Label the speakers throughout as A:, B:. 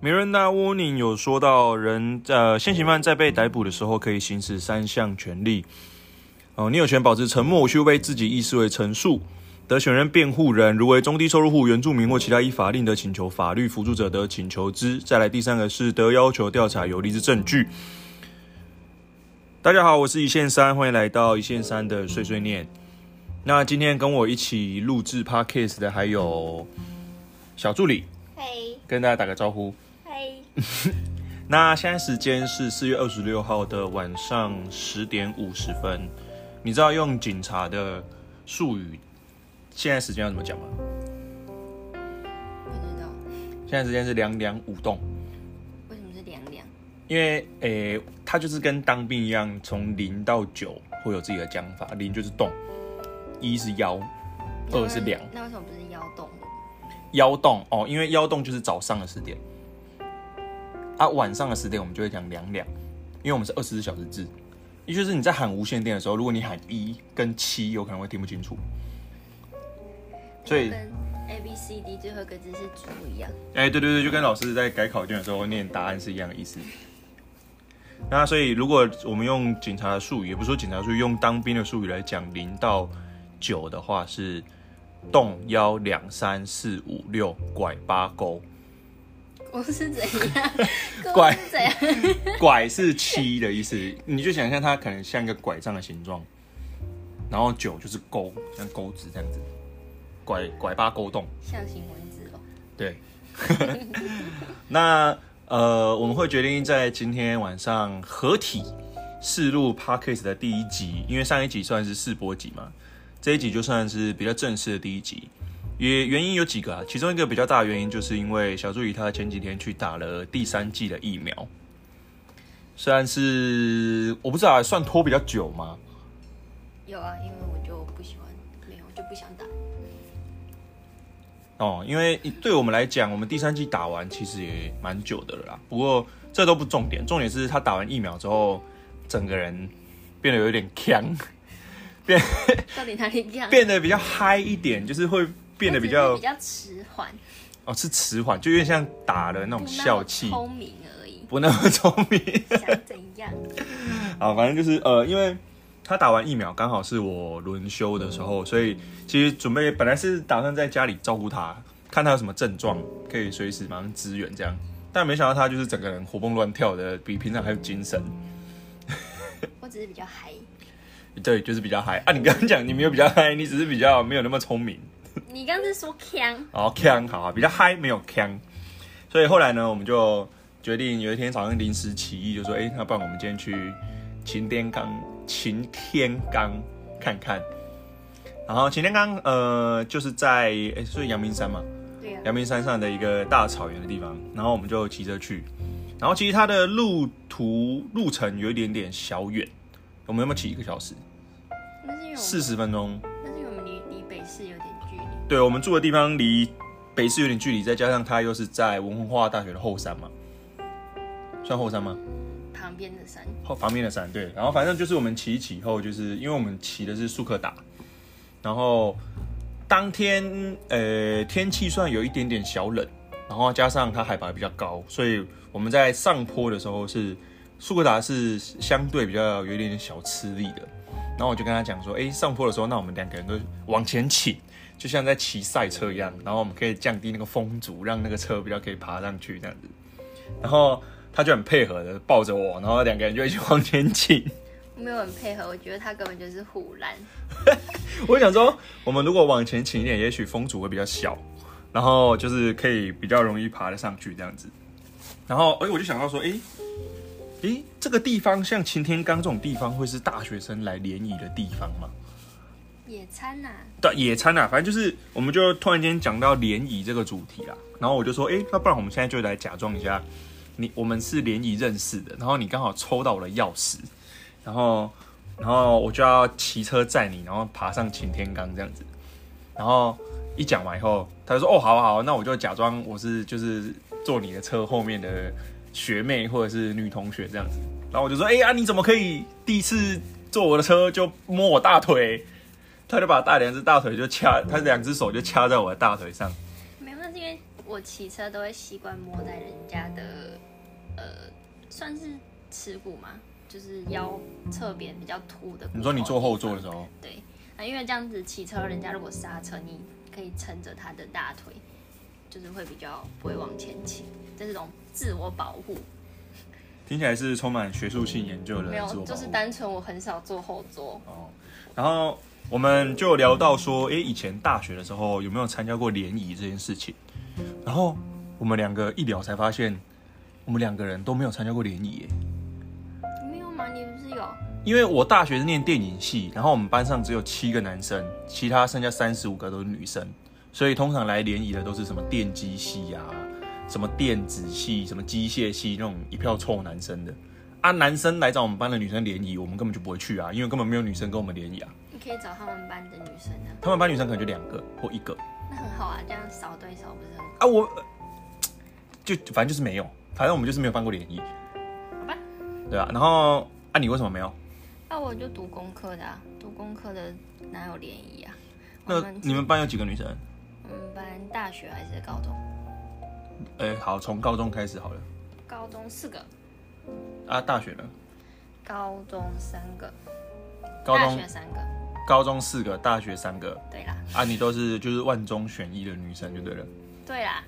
A: Miranda Warning 有说到人呃，现行犯在被逮捕的时候可以行使三项权利。哦，你有权保持沉默，无需为自己意思为陈述。得选人辩护人如为中低收入户、原住民或其他依法令得请求法律辅助者，得请求之。再来第三个是得要求调查有利之证据。大家好，我是一线三，欢迎来到一线三的碎碎念。那今天跟我一起录制 podcast 的还有小助理，
B: 嘿，
A: 跟大家打个招呼。
B: 嘿，
A: 那现在时间是四月二十六号的晚上十点五十分。你知道用警察的术语，现在时间要怎么讲吗？
B: 不知道
A: 现在时间是两两五栋，
B: 为什么是凉凉，
A: 因为诶、他就是跟当兵一样，从零到九会有自己的讲法。零就是栋，一是腰，二哦是两。
B: 那为什么不是腰动？
A: 腰动哦，因为腰动就是早上的十点，啊，晚上的十点我们就会讲两两，因为我们是二十四小时制，也就是你在喊无线电的时候，如果你喊一跟七，有可能会听不清楚，所以，
B: 跟 A B C D 最后一个字是猪一 样。
A: 哎、对对对，就跟老师在改考卷的时候念答案是一样的意思。那所以，如果我们用警察的术语，也不是说警察术语，用当兵的术语来讲，零到九的话是动幺两三四五六拐八勾。
B: 我是怎样？
A: 怪
B: 我是怎样？
A: 拐是七的意思，你就想象它可能像一个拐杖的形状，然后九就是钩，像钩子这样子，拐拐八勾洞。
B: 象形文字哦。
A: 对， 那呃，我们会决定在今天晚上合体试录 podcast 的第一集，因为上一集算是试播集嘛，这一集就算是比较正式的第一集。也原因有几个啊，其中一个比较大的原因就是因为小助理他前几天去打了第三季的疫苗，虽然是我不知道啊算拖比较久吗？
B: 有啊，因为我就不喜欢，没有，我就不想打。
A: 哦，因为对我们来讲，我们第三季打完其实也蛮久的了啦。不过这都不重点，重点是他打完疫苗之后，整个人变得有点强，
B: 到底哪里一样？
A: 变得比较嗨一点，就是会变得比
B: 我只是
A: 较
B: 比较迟缓，
A: 哦，是迟缓，就有点像打了那种笑气。
B: 不那，么聪明而已
A: 不那么聪明。
B: 想怎样？
A: 啊，反正就是呃，因为他打完疫苗刚好是我轮休的时候，所以其实准备本来是打算在家里照顾他，看他有什么症状，可以随时马上支援这样。但没想到他就是整个人活蹦乱跳的，比平常还有精神。
B: 我只是比较嗨。
A: 对，就是比较嗨啊！你刚刚讲你没有比较嗨，你只是比较没有那么聪明。
B: 你刚是说腔？
A: 然后呛好啊，比较嗨，没有呛。所以后来呢，我们就决定有一天早上临时起意，就说，哎、那不然我们今天去擎天岗，擎天岗看看。然后擎天岗，呃，就是在哎、是阳明山嘛，
B: 对啊。
A: 阳明山上的一个大草原的地方。然后我们就骑车去，然后其实它的路途路程有一点点小远，我们有没有骑一个小时？
B: 那是因为我
A: 四
B: 们，
A: 十分钟
B: 那是因为我们离离北市有点距离。
A: 对我们住的地方离北市有点距离，再加上它又是在文化大学的后山嘛，算后山吗？
B: 旁边的山，
A: 后旁边的山对。然后反正就是我们骑一骑后，就是因为我们骑的是速克达，然后当天呃天气算有一点点小冷，然后加上它海拔比较高，所以我们在上坡的时候是速克达是相对比较有一点点小吃力的。然后我就跟他讲说，哎，上坡的时候，那我们两个人都往前倾，就像在骑赛车一样，然后我们可以降低那个风阻，让那个车比较可以爬上去这样子。然后他就很配合的抱着我，然后两个人就一起往前倾。
B: 没有很配合，我觉得他根本就是胡乱。
A: 我想说，我们如果往前倾一点，也许风阻会比较小，然后就是可以比较容易爬得上去这样子。然后，哎、我就想到说，哎、诶、这个地方像擎天岗这种地方，会是大学生来联谊的地方吗？
B: 野餐呐、啊，
A: 对，野餐啊，反正就是，我们就突然间讲到联谊这个主题啦。然后我就说，哎、那不然我们现在就来假装一下，你我们是联谊认识的，然后你刚好抽到我的钥匙，然后，然后我就要骑车载你，然后爬上擎天岗这样子。然后一讲完以后，他就说，哦，好啊好啊，那我就假装我是就是坐你的车后面的学妹或者是女同学这样子。然后我就说，哎、呀、啊，你怎么可以第一次坐我的车就摸我大腿？他就把大两只大腿就掐，他两只手就掐在我的大腿上。
B: 没有，那是因为我骑车都会习惯摸在人家的呃，算是耻骨嘛，就是腰侧边比较凸的。
A: 你说你坐后座的时候，
B: 对，啊，因为这样子骑车，人家如果刹车，你可以撑着他的大腿，就是会比较不会往前倾，这是种自我保护。
A: 听起来是充满学术性研究的
B: 没
A: 自
B: 有，
A: 我保
B: 就是
A: 护。
B: 单纯我很少坐后座。
A: 哦，然后我们就聊到说，诶，以前大学的时候有没有参加过联谊这件事情？然后我们两个一聊才发现，我们两个人都没有参加过联谊耶。
B: 没有吗？你不是有？
A: 因为我大学是念电影系，然后我们班上只有七个男生，其他剩下三十五个都是女生，所以通常来联谊的都是什么电机系啊，什么电子系、什么机械系那种一票臭男生的。啊，男生来找我们班的女生联谊，我们根本就不会去啊，因为根本没有女生跟我们联谊啊。
B: 你可以找他们班的女生啊，
A: 他们班女生可能就两个或一个
B: 那很好啊，这样少对手不是很好？
A: 啊，我呃就反正就是没有，反正我们就是没有办过联谊，
B: 好吧，
A: 对啊。然后啊，你为什么没有？
B: 那、啊我就读工科的、啊，读工科的哪有联谊啊？我
A: 那
B: 们
A: 你们班有几个女生？
B: 我们班大学还是高中？
A: 哎、好，从高中开始好了。
B: 高中四个，
A: 啊，大学呢？
B: 高中三个，
A: 高
B: 大
A: 中
B: 学三个。
A: 高中四个，大学三个
B: 对啦，
A: 啊，你都是就是万中选一的女生就对了
B: 对啦，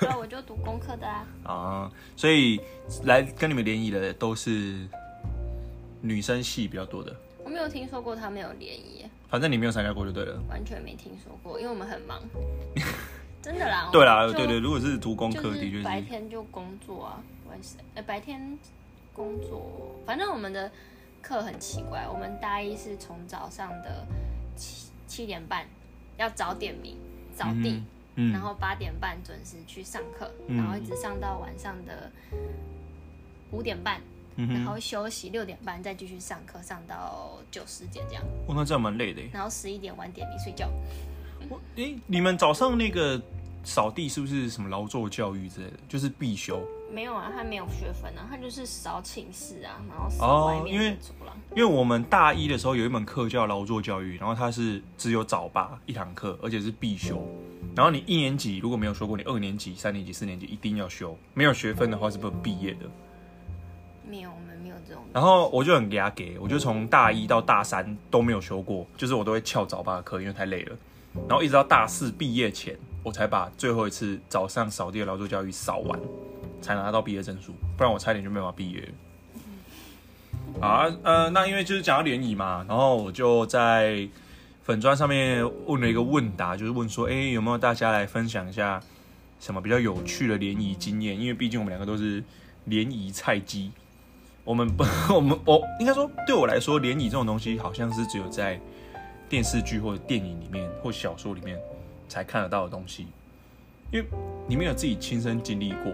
B: 所以我就读工科的啊。
A: 啊，所以来跟你们联谊的都是女生系比较多的，
B: 我没有听说过他们有联谊，
A: 反正你没有参加过就对了。
B: 完全没听说过，因为我们很 忙。真的啦。
A: 对啦，
B: 就
A: 对对，，如果是读工科，
B: 就
A: 的确
B: 是白
A: 是
B: 天就工作啊，晚上呃白天工作，反正我们的课很奇怪，我们大一是从早上的七七点半要早点名早地，
A: 嗯
B: 然后八点半准时去上课，
A: 嗯
B: 然后一直上到晚上的五点半，
A: 嗯
B: 然
A: 哼，
B: 后休息六点半再继续上课，上到九十点这样，
A: 哇，那这样蛮累的耶。
B: 然后十一点晚点名睡觉。
A: 我诶，你们早上那个扫地是不是什么劳作教育之类的，就是必修？
B: 没有啊，他没有学分啊，他就是扫寝室啊，然后扫外
A: 哦因为
B: 面的走廊。
A: 因为我们大一的时候有一门课叫劳作教育，然后它是只有早八一堂课，而且是必修。然后你一年级如果没有修过，你二年级、三年级、四年级一定要修，没有学分的话是不能毕业的。
B: 没有，我们没有这种。
A: 然后我就很给他给，我就从大一到大三都没有修过，就是我都会翘早八的课，因为太累了。然后一直到大四毕业前，我才把最后一次早上扫地的劳作教育扫完，才拿到毕业证书，不然我差点就没办法毕业了。好啊，呃，那因为就是讲到联谊嘛，然后我就在粉砖上面问了一个问答，就是问说，哎，有没有大家来分享一下什么比较有趣的联谊经验？因为毕竟我们两个都是联谊菜鸡，我们不， 我们我应该说，对我来说，联谊这种东西好像是只有在电视剧或者电影里面或小说里面才看得到的东西，因为你没有自己亲身经历过，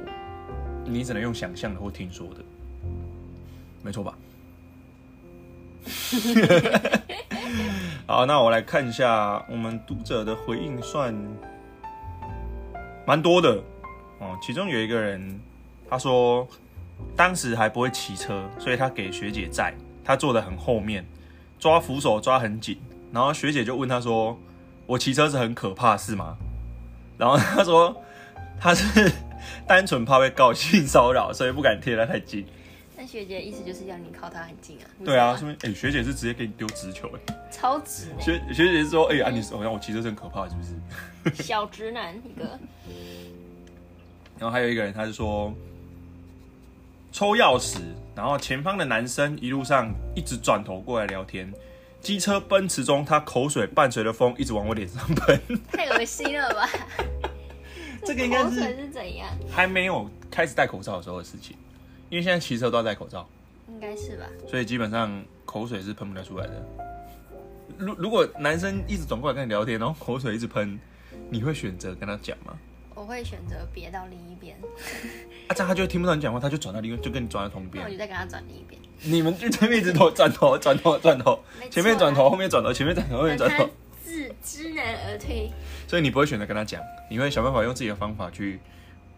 A: 你只能用想象的或听说的，没错吧？ 好，那我来看一下我们读者的回应，算蛮多的哦。其中有一个人他说。当时还不会骑车，所以他给学姐载，他坐得很后面，抓扶手抓很紧，然后学姐就问他说：“我骑车是很可怕是吗？”然后他说他是单纯怕被告性骚扰，所以不敢贴得太近。
B: 那学姐的意思就是要你靠她很近啊。
A: 对啊，
B: 你知道
A: 说明哎、学姐是直接给你丢直球哎、
B: 吗超直呢，
A: 学学姐是说哎、啊你好像我骑车是很可怕是不是？
B: 小直男一个。
A: 然后还有一个人，他是说抽钥匙，然后前方的男生一路上一直转头过来聊天。机车奔驰中，他口水伴随着风一直往我脸上喷。
B: 太恶心了吧？
A: 这个应该
B: 口水
A: 是
B: 是怎样？
A: 还没有开始戴口罩的时候的事情，因为现在骑车都要戴口罩，
B: 应该是吧？
A: 所以基本上口水是喷不太出来的。如如果男生一直转过来跟你聊天，然后口水一直喷，你会选择跟他讲吗？
B: 我会选择别到另一边，
A: 啊，这样他就听不到你讲话，他就转到另外，就跟你转到同
B: 那
A: 边
B: 我。就再跟他转另一边。
A: 你们就前面一直头转头转头转头
B: 没错啊，
A: 前面转头，后面转头，前面转头，后面
B: 等
A: 转
B: 他
A: 头，
B: 自知难而退，
A: 所以你不会选择跟他讲，你会想办法用自己的方法去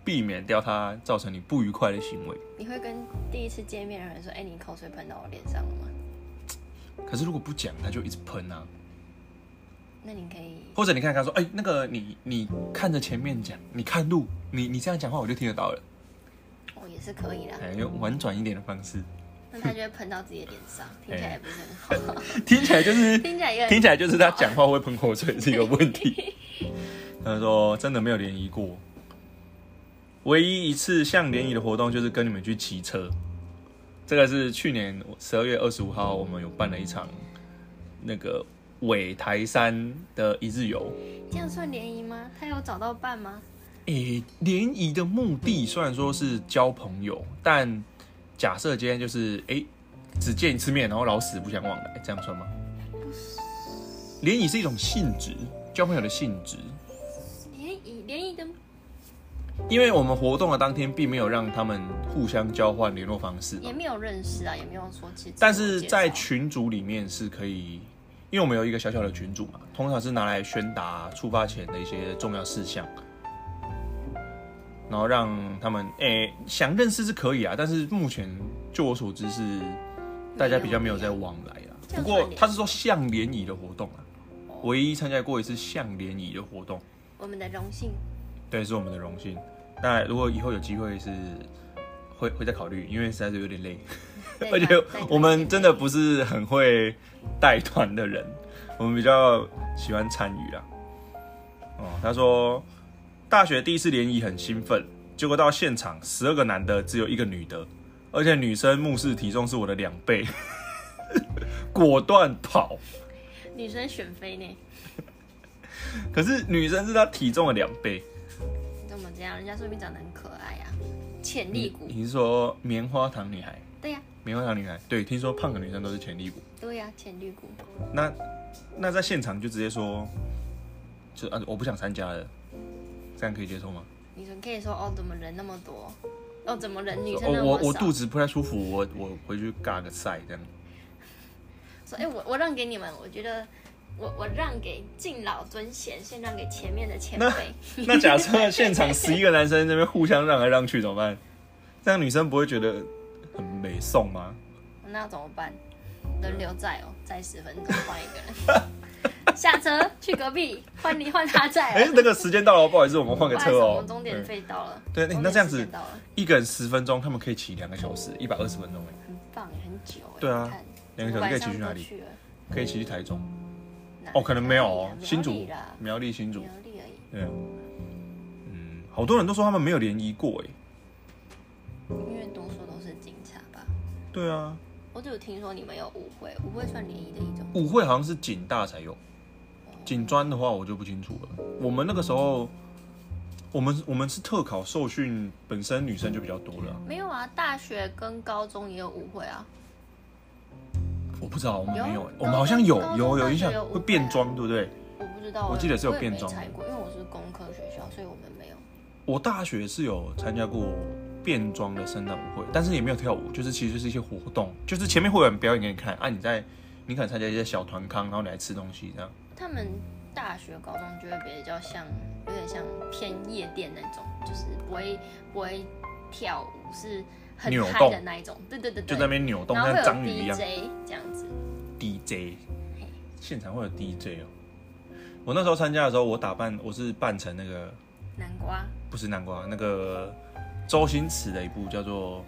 A: 避免掉他造成你不愉快的行为。
B: 你会跟第一次见面的人说：“哎、你口水喷到我脸上了吗
A: 可是如果不讲，他就一直喷啊，
B: 那你可以
A: 或者你看他说，哎、那个你你看着前面讲，你看路，你你这样讲话我就听得到了，
B: 哦，也是可以的。
A: 哎，用婉转一点的方式，
B: 那他就会喷到自己的脸上，听起来也不是很好，
A: 哎听起来就是
B: 听起来也很
A: 听起来就是他讲话会喷口水是一个问题。 他说真的没有联谊过，唯一一次像联谊的活动就是跟你们去骑车。这个是去年十二月二十五号，我们有办了一场那个尾台山的一日游。
B: 这样算联谊吗？他有找到伴吗？
A: 诶，联谊的目的虽然说是交朋友，但假设今天就是诶只见一次面，然后老死不相往来，这样算吗？联谊是一种性质，交朋友的性质，
B: 联谊联谊的
A: 因为我们活动的当天并没有让他们互相交换联络方式嘛，
B: 也没有认识啊，也没有说其实。
A: 但是在群组里面是可以，因为我们有一个小小的群组嘛，通常是拿来宣达出发前的一些重要事项，然后让他们诶、想认识是可以啊，但是目前就我所知是
B: 嗯
A: 大家比较没有在往来啦。
B: 这
A: 不
B: 样
A: 过
B: 算
A: 他是说像联谊的活动啊
B: 哦，
A: 唯一参加过一次像联谊的活动，
B: 我们的荣 幸，
A: 对，是我们的荣幸。那如果以后有机会是会会再考虑，因为实在是有点累。
B: 对
A: 而且我们真的不是很会带团的人，我们比较喜欢参与啦。哦，他说大学第一次联谊很兴奋，结果到现场十二个男的只有一个女的，而且女生目视体重是我的两倍，果断跑。
B: 女生选妃呢，
A: 可是女生是她体重的两倍，
B: 怎么这样？人家说不定长得很可爱啊，潜力股。
A: 你是说棉花糖女孩？
B: 对呀、
A: 棉花糖女孩，对，听说胖的女生都是潜力股。
B: 对呀、潜力股。
A: 那那在现场就直接说，就啊我不想参加了，这样可以接受吗？
B: 你说可以说哦，怎么人那么多？哦，怎么人女
A: 说
B: 生
A: 哦
B: 那
A: 我
B: 么少？
A: 我肚子不太舒服，我我回去尬个赛 这样。
B: 说哎、我我让给你们，我觉得我我让给敬老尊贤，先让给前面的前
A: 那
B: 辈。
A: 那假设现场十一个男生在那边互相让来让去怎么办？这样女生不会觉得很美送吗？
B: 那要怎么办？
A: 啊
B: 轮流载哦，载十分钟换一个 人，下车去隔壁换你换他载
A: 哎、
B: 哦。
A: 那个时间到了，不好意思，我们换
B: 不
A: 个
B: 好意
A: 车
B: 思，
A: 哦
B: 我。们终点
A: 对
B: 费到了。
A: 对那那这样子
B: 终点时间到了，
A: 一个人十分钟，他们可以骑两个小时，一百二十分钟哎，
B: 很棒，很久哎。
A: 对啊
B: 你看
A: 两个小时可以
B: 我晚
A: 骑
B: 上
A: 去哪里
B: 都去了
A: 可以骑去台中
B: 哪
A: 哦，可能没有哦
B: 哪，里啊
A: 新
B: 苗
A: 竹
B: 栗啦、
A: 苗栗新竹
B: 苗，栗而已。
A: 对啊，嗯，好多人都说他们没有联谊过哎，
B: 因为多数都是警察吧。
A: 对啊，
B: 我只有听说你们有舞会，舞会算联谊的一种。
A: 舞会好像是警大才有，警专的话我就不清楚了。我们那个时候，我们我们是特考受训，本身女生就比较多了啊。
B: 没有啊，大学跟高中也有舞会啊。
A: 我不知道，我们
B: 有
A: 没有
B: 高，
A: 我们好像有
B: 高中
A: 有
B: 大
A: 有
B: 学
A: 印象
B: 有舞会啊
A: 会变装，对不对？
B: 我不知道，
A: 我记得是有变装
B: 我也没参过，因为我是工科学校，所以我们没有。
A: 我大学是有参加过变装的圣诞舞会，但是也没有跳舞，就是其实就是一些活动，就是前面会有人表演给你看啊，你在你可能参加一些小团康，然后你来吃东西这样。
B: 他们大学、高中就会比较像，有点像偏夜店那种，就是不会不会跳舞，是很
A: 扭
B: 嗨
A: 动
B: 的那一种。对对对
A: 就
B: 对，
A: 在那边扭动，
B: 然后会
A: 像
B: 有
A: 章鱼一样。
B: DJ 这样子。
A: DJ，现场会有 DJ 哦。我那时候参加的时候，我打扮我是扮成那个
B: 南瓜，
A: 不是南瓜，那个周星驰的一部叫做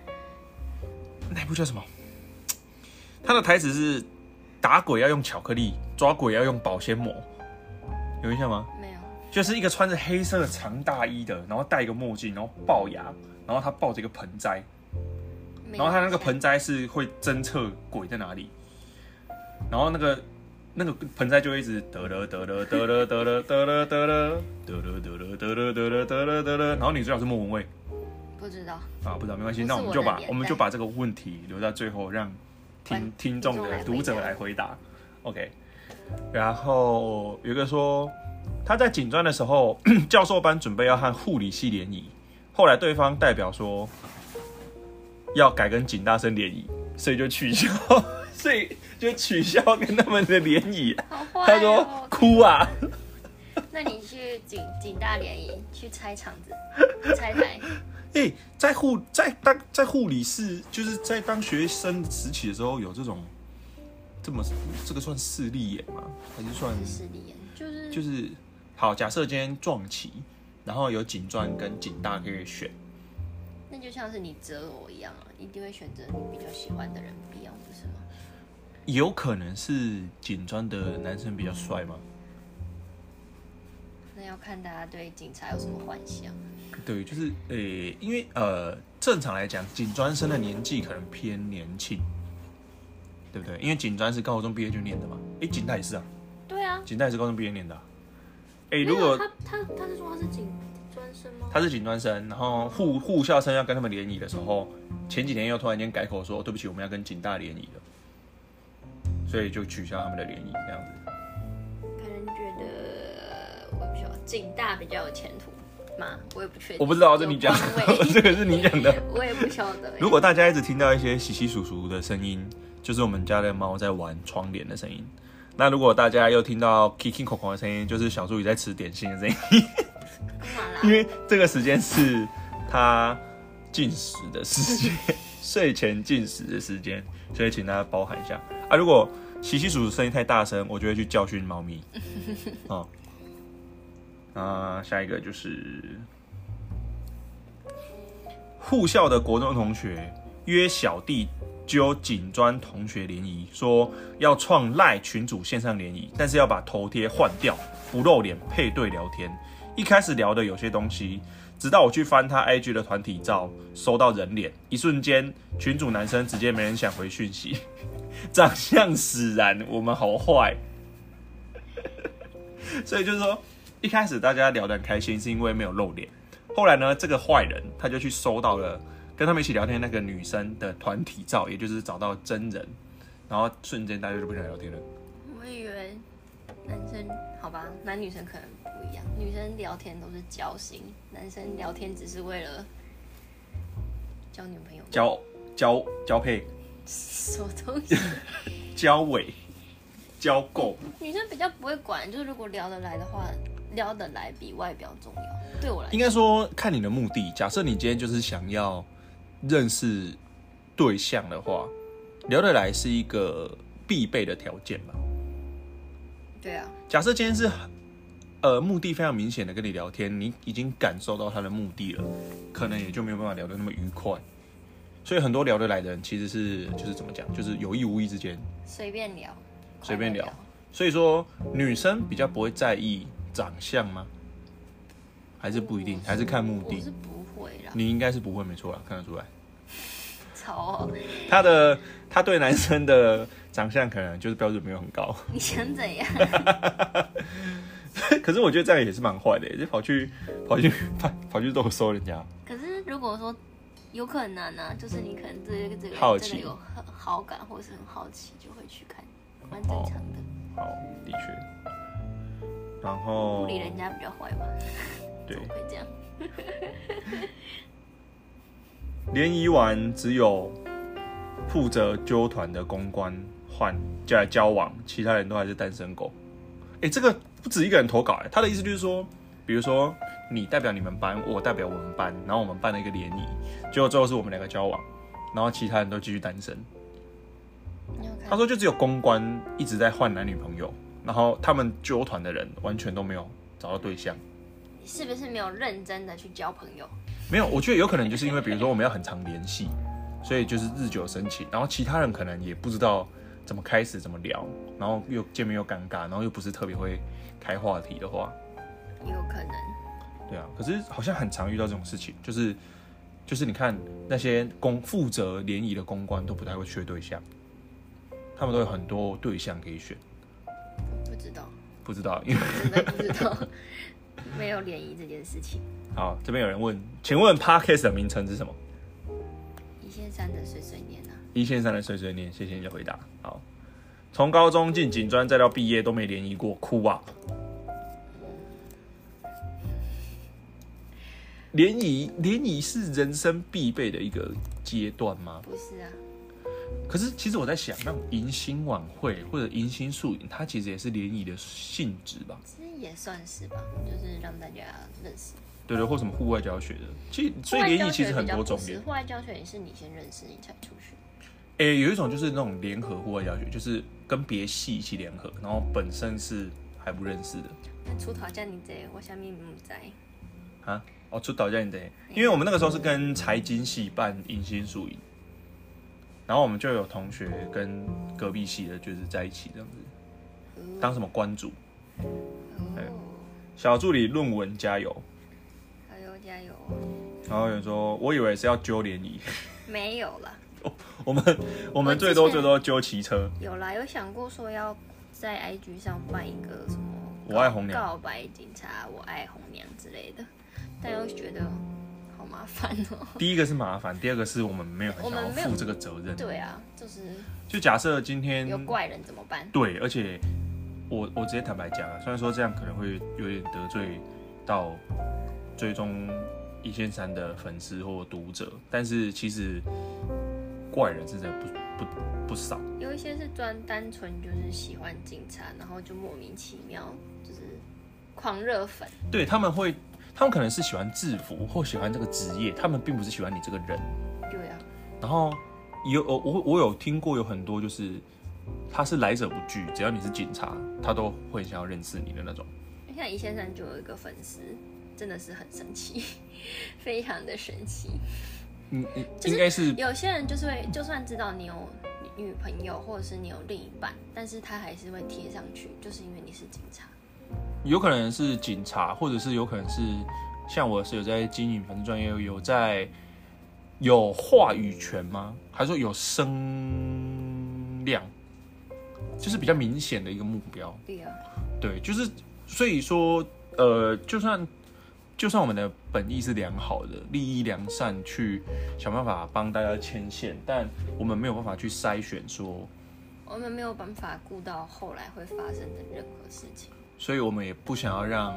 A: 那部叫什么？他的台词是打鬼要用巧克力，抓鬼要用保鲜膜，有印象吗？
B: 没有，
A: 就是一个穿着黑色的长大衣的，然后戴一个墨镜，然后龅牙，然后他抱着一个盆栽，
B: 没有
A: 然后他那个盆栽是会侦测鬼在哪里，然后那个那个盆栽就会一直得了得了得了得了得了得了得了得了得了得了得了得了，然后女主角是莫文蔚
B: 不知道，
A: 啊，不知道没关系，
B: 不是
A: 那我们就
B: 我的
A: 把
B: 年代
A: 我们就把这个问题留到最后，让听
B: 观
A: 听众
B: 听众来
A: 的
B: 回答
A: 读者来回答。OK，然后有一个说他在警专的时候，教授班准备要和护理系联谊，后来对方代表说要改跟警大生联谊，所以就取消， 所以就取消跟他们的联谊。
B: 好坏、哦。
A: 他说哭啊，
B: 那你去警警大联谊去拆场子，拆台，
A: 哎、在护在当在护理室，就是在当学生时期的时候，有这种这么这个算势利眼吗？还是算
B: 是势利眼。就是
A: 就是好，假设今天撞旗，然后有锦砖跟锦大可以选，
B: 那就像是你择我一样啊，一定会选择你比较喜欢的人不一样，不是吗？
A: 有可能是锦砖的男生比较帅吗？
B: 那要看大家对警察有什么幻想。
A: 对，就是呃，因为呃，正常来讲，警专生的年纪可能偏年轻，对不对？因为警专是高中毕业就念的嘛。诶，警大也是啊，
B: 对啊，
A: 警大也是高中毕业念的、啊。诶，
B: 没
A: 如
B: 有
A: 果
B: 他他他是说他是警专生吗？
A: 他是警专生，然后护护校生要跟他们联谊的时候，前几年又突然间改口说，对不起，我们要跟警大联谊了，所以就取消他们的联谊这样子。
B: 个人觉得我也不晓得警大比较有前途吗？我也不确定，
A: 我不知道这你讲
B: 有官
A: 的，
B: 位
A: 这个是你讲的。
B: 我也不晓得欸。
A: 如果大家一直听到一些稀稀疏疏的声音，就是我们家的猫在玩窗帘的声音。那如果大家又听到 kicking 口口的声音，就是小助理在吃点心的声音，
B: 干嘛
A: 因
B: 啦？
A: 为这个时间是它进食的时间，睡前进食的时间，所以请大家包涵一下啊。如果稀稀疏疏声音太大声，我就会去教训猫咪。哦，那下一个就是护校的国中同学约小弟揪锦专同学联谊，说要创赖群主线上联谊，但是要把头贴换掉，不露脸配对聊天。一开始聊的有些东西，直到我去翻他 IG 的团体照，收到人脸，一瞬间群主男生直接没人想回讯息， 长相使然，我们好坏。所以就是说，一开始大家聊得很开心，是因为没有露脸。后来呢，这个坏人他就去搜到了跟他们一起聊天那个女生的团体照，也就是找到真人，然后瞬间大家就不想聊天了。
B: 我以为男生好吧，男女生可能不一样，女生聊天都是交心，男生聊天只是为了交女朋友。
A: 交交交配、
B: 什么东西？
A: 交尾、交够，
B: 女生比较不会管，就是如果聊得来的话，聊得来比外表重要。对我来
A: 应该
B: 说，
A: 说看你的目的。假设你今天就是想要认识对象的话，聊得来是一个必备的条件吧。
B: 对啊，
A: 假设今天是呃目的非常明显的跟你聊天，你已经感受到他的目的了，可能也就没有办法聊得那么愉快。所以很多聊得来的人其实是就是怎么讲，就是有意无意之间。
B: 随便聊，
A: 随便聊
B: 快乐
A: 所以说女生比较不会在意长相吗？还是不一定，还是看目
B: 我
A: 的
B: 是。不会啦，
A: 你应该是不会没错啦，看得出来。
B: 操、
A: 他的他对男生的长相可能就是标准没有很高，
B: 你想怎样？
A: 可是我觉得这样也是蛮坏的耶，就跑去跑去 跑去肉搜人家。
B: 可是如果说有可能啊，就是你可能对这个这个
A: 好
B: 人
A: 奇
B: 真的有很好感，或是很好奇，就会去看，蛮正常的，
A: 好，的确。然后
B: 不理人家比较坏吧，
A: 对
B: 怎么会这样？
A: 联谊完，只有负责纠团的公关换加交往，其他人都还是单身狗。哎、这个不止一个人投稿、欸，他的意思就是说，比如说你代表你们班，我代表我们班，然后我们办了一个联谊，结果最后是我们两个交往，然后其他人都继续单身。
B: 你有
A: 他
B: 看？
A: 说就只有公关一直在换男女朋友，然后他们纠团的人完全都没有找到对象。
B: 你是不是没有认真的去交朋友？
A: 没有，我觉得有可能就是因为，比如说我们要很常联系，所以就是日久生情，然后其他人可能也不知道怎么开始怎么聊，然后又见面又尴尬，然后又不是特别会开话题的话，
B: 有可能。
A: 对啊。可是好像很常遇到这种事情，就是就是你看那些公负责联谊的公关都不太会缺对象，他们都有很多对象可以选，
B: 我不知道，
A: 不知道因为。
B: 真的不知道， 没有联谊这件事情。
A: 好，这边有人问，请问 podcast 的名称是什么？
B: 一线三的碎碎念啊，
A: 一线上的碎碎念，谢谢你的回答。好，从高中进警专再到毕业都没联谊过，哭啊！联谊，联谊是人生必备的一个阶段吗？
B: 不是啊，
A: 可是其实我在想，那种迎新晚会或者迎新宿营，它其实也是联谊的性质吧？
B: 其实也算是吧，就是让大家认识。
A: 对对，或什么户外教学的，其实所以联谊其实很多种耶
B: 户外教学也是你先认识，你才出去。
A: 诶、有一种就是那种联合户外教学，就是跟别系一起联合，然后本身是还不认识的
B: 那出头叫你这，我下面唔知。
A: 啊。哦，出导教你得，因为我们那个时候是跟财经系办迎新宿营，然后我们就有同学跟隔壁系的，就是在一起这样子，当什么关主、哎
B: 哦，
A: 小助理、论文加油。
B: 加油加油！
A: 然后有人说，我以为是要揪联谊，
B: 没有啦，
A: 我们我们最多最多揪骑车。
B: 有啦，有想过说要在 IG 上办一个什么
A: 我爱红娘
B: 告白警察，我爱红娘之类的，但又觉得好麻烦哦。
A: 第一个是麻烦，第二个是我们没有很
B: 我
A: 想
B: 们
A: 要
B: 没有
A: 负这个责任。
B: 对啊，就是
A: 就假设今天
B: 有怪人怎么办？
A: 对，而且我我直接坦白讲啊，虽然说这样可能会有点得罪到追踪一线三的粉丝或读者，但是其实怪人是真的不不不少。
B: 有一些是专单纯就是喜欢警察，然后就莫名其妙就是狂热粉。
A: 对他们会，他们可能是喜欢制服或喜欢这个职业，他们并不是喜欢你这个人。
B: 对啊，
A: 然后有我我我有听过有很多就是他是来者不拒，只要你是警察，他都会想要认识你的那种。
B: 像易先生就有一个粉丝，真的是很神奇， 非常的神奇。
A: 嗯，嗯
B: 就是
A: 应该是
B: 有些人就是会，就算知道你有女朋友或者是你有另一半，但是他还是会贴上去，就是因为你是警察。
A: 有可能是警察，或者是有可能是像我是有在经营粉丝专业，有在有话语权吗？还是说有声量？就是比较明显的一个目标。
B: 对啊，
A: 对，就是所以说，呃，就算就算我们的本意是良好的，利益良善，去想办法帮大家牵线，但我们没有办法去筛选说，
B: 我们没有办法顾到后来会发生的任何事情。
A: 所以我们也不想要让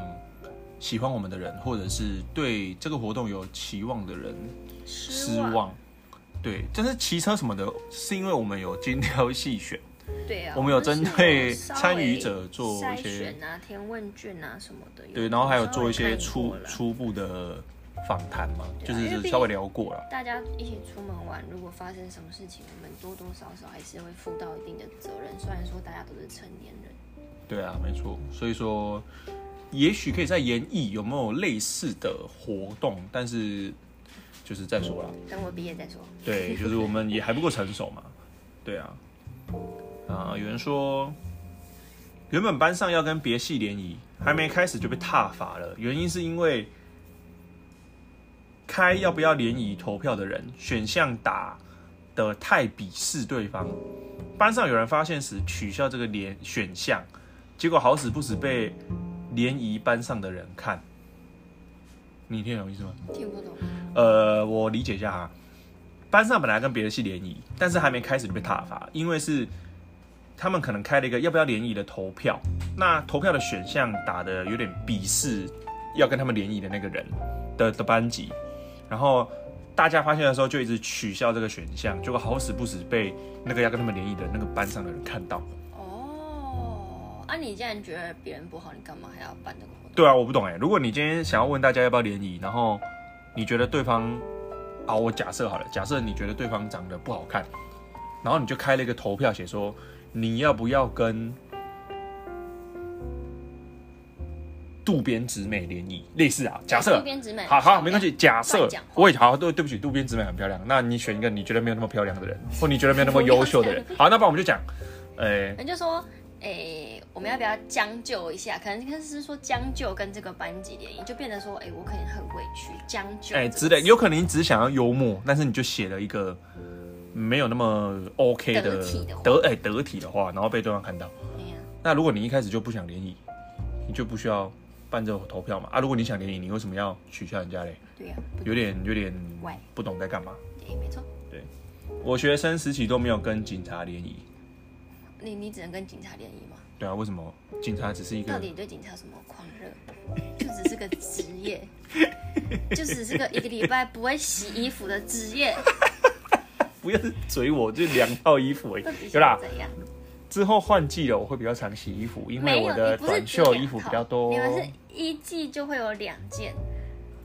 A: 喜欢我们的人，或者是对这个活动有期望的人失望。对，但是骑车什么的，是因为我们有精挑细选，
B: 对啊，
A: 我们有针对
B: 就是有稍微
A: 参与者做一
B: 筛
A: 些
B: 选啊、填问卷啊什么的。
A: 对，然后还有做一些
B: 稍微看
A: 初
B: 过了
A: 初步的访谈嘛，
B: 对啊
A: 就
B: 因为毕
A: 是
B: 竟
A: 稍微聊过了。
B: 大家一起出门玩，如果发生什么事情，我们多多少少还是会负到一定的责任。虽然说大家都是成年人，
A: 对啊，没错。所以说，也许可以再研议有没有类似的活动，但是就是再说啦。
B: 等我毕业再说。
A: 对，就是我们也还不够成熟嘛。对啊，啊、有人说，原本班上要跟别系联谊，还没开始就被踏伐了，原因是因为开要不要联谊投票的人选项打的太鄙视对方，班上有人发现时取消这个联选项，结果好死不死被联谊班上的人看。你听得懂意思吗？
B: 听不懂，
A: 呃，我理解一下哈，班上本来跟别的系联谊，但是还没开始就被踏伐，因为是他们可能开了一个要不要联谊的投票，那投票的选项打的有点鄙视要跟他们联谊的那个人的的班级，然后大家发现的时候就一直取消这个选项，结果好死不死被那个要跟他们联谊的那个班上的人看到。
B: 哦，啊，你既然觉得别人不好，你干嘛还要办这个活动？
A: 对啊，我不懂哎、如果你今天想要问大家要不要联谊，然后你觉得对方，好，我假设好了，假设你觉得对方长得不好看，然后你就开了一个投票，写说你要不要跟渡边直美联谊，类似啊，假设
B: 渡。边直美，哎
A: 好好，没关系。假设
B: 乱讲话
A: 我也好，对对不起，渡边直美很漂亮。那你选一个你觉得没有那么漂亮的 人，或你觉得没有那么优秀的人。好，那不然我们就讲，呃、
B: 人就说，诶、我们要不要将就一下？可能可能是说将就跟这个班级联谊，就变得说，诶、我可能很委屈，将就
A: 哎、
B: 这个
A: 之类，有可能你只想要幽默，但是你就写了一个没有那么 OK 的
B: 得体的话
A: 得哎、得体的话，然后被对方看到。
B: 哎呀
A: 那如果你一开始就不想联谊，你就不需要办这个投票嘛。啊，如果你想联谊，你为什么要取消人家嘞？
B: 对呀、不
A: 有点有点
B: 喂
A: 不懂在干嘛。
B: 对，没错，
A: 我学生时期都没有跟警察联谊，
B: 你你只能跟警察联谊嘛。
A: 对啊，为什么警察只是一
B: 到
A: 个
B: 底对警察有什么狂热？就只是个职业，就只是个一个礼拜不会洗衣服的职业，
A: 不要嘴我，就两套衣服而已
B: 到底
A: 有啦
B: 想，怎样？
A: 之后换季了，我会比较常洗衣服，因为
B: 没
A: 我
B: 有，
A: 的
B: 你不是
A: 短
B: 只有
A: 袖
B: 两
A: 衣服比
B: 套
A: 较多。
B: 你们是一季就会有两件，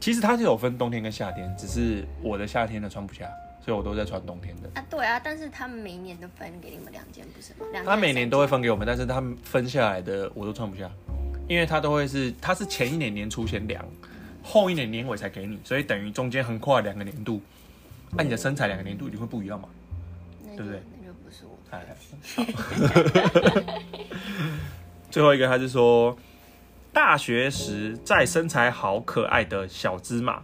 A: 其实它是有分冬天跟夏天，只是我的夏天呢穿不下，所以我都在穿冬天的。
B: 啊，对啊，但是他们每一年都分给你们两件，不是吗？两
A: 他
B: 件
A: 每年都会分给我们，但是他们分下来的我都穿不下，因为他都会是他是前一年年初先量，后一年年尾才给你，所以等于中间横跨两个年度，那、你的身材两个年度一定会不一样嘛？
B: 三件，那
A: 对
B: 就
A: 不对
B: 那就不是我。
A: 哎，最后一个他是说，大学时在身材好可爱的小芝麻，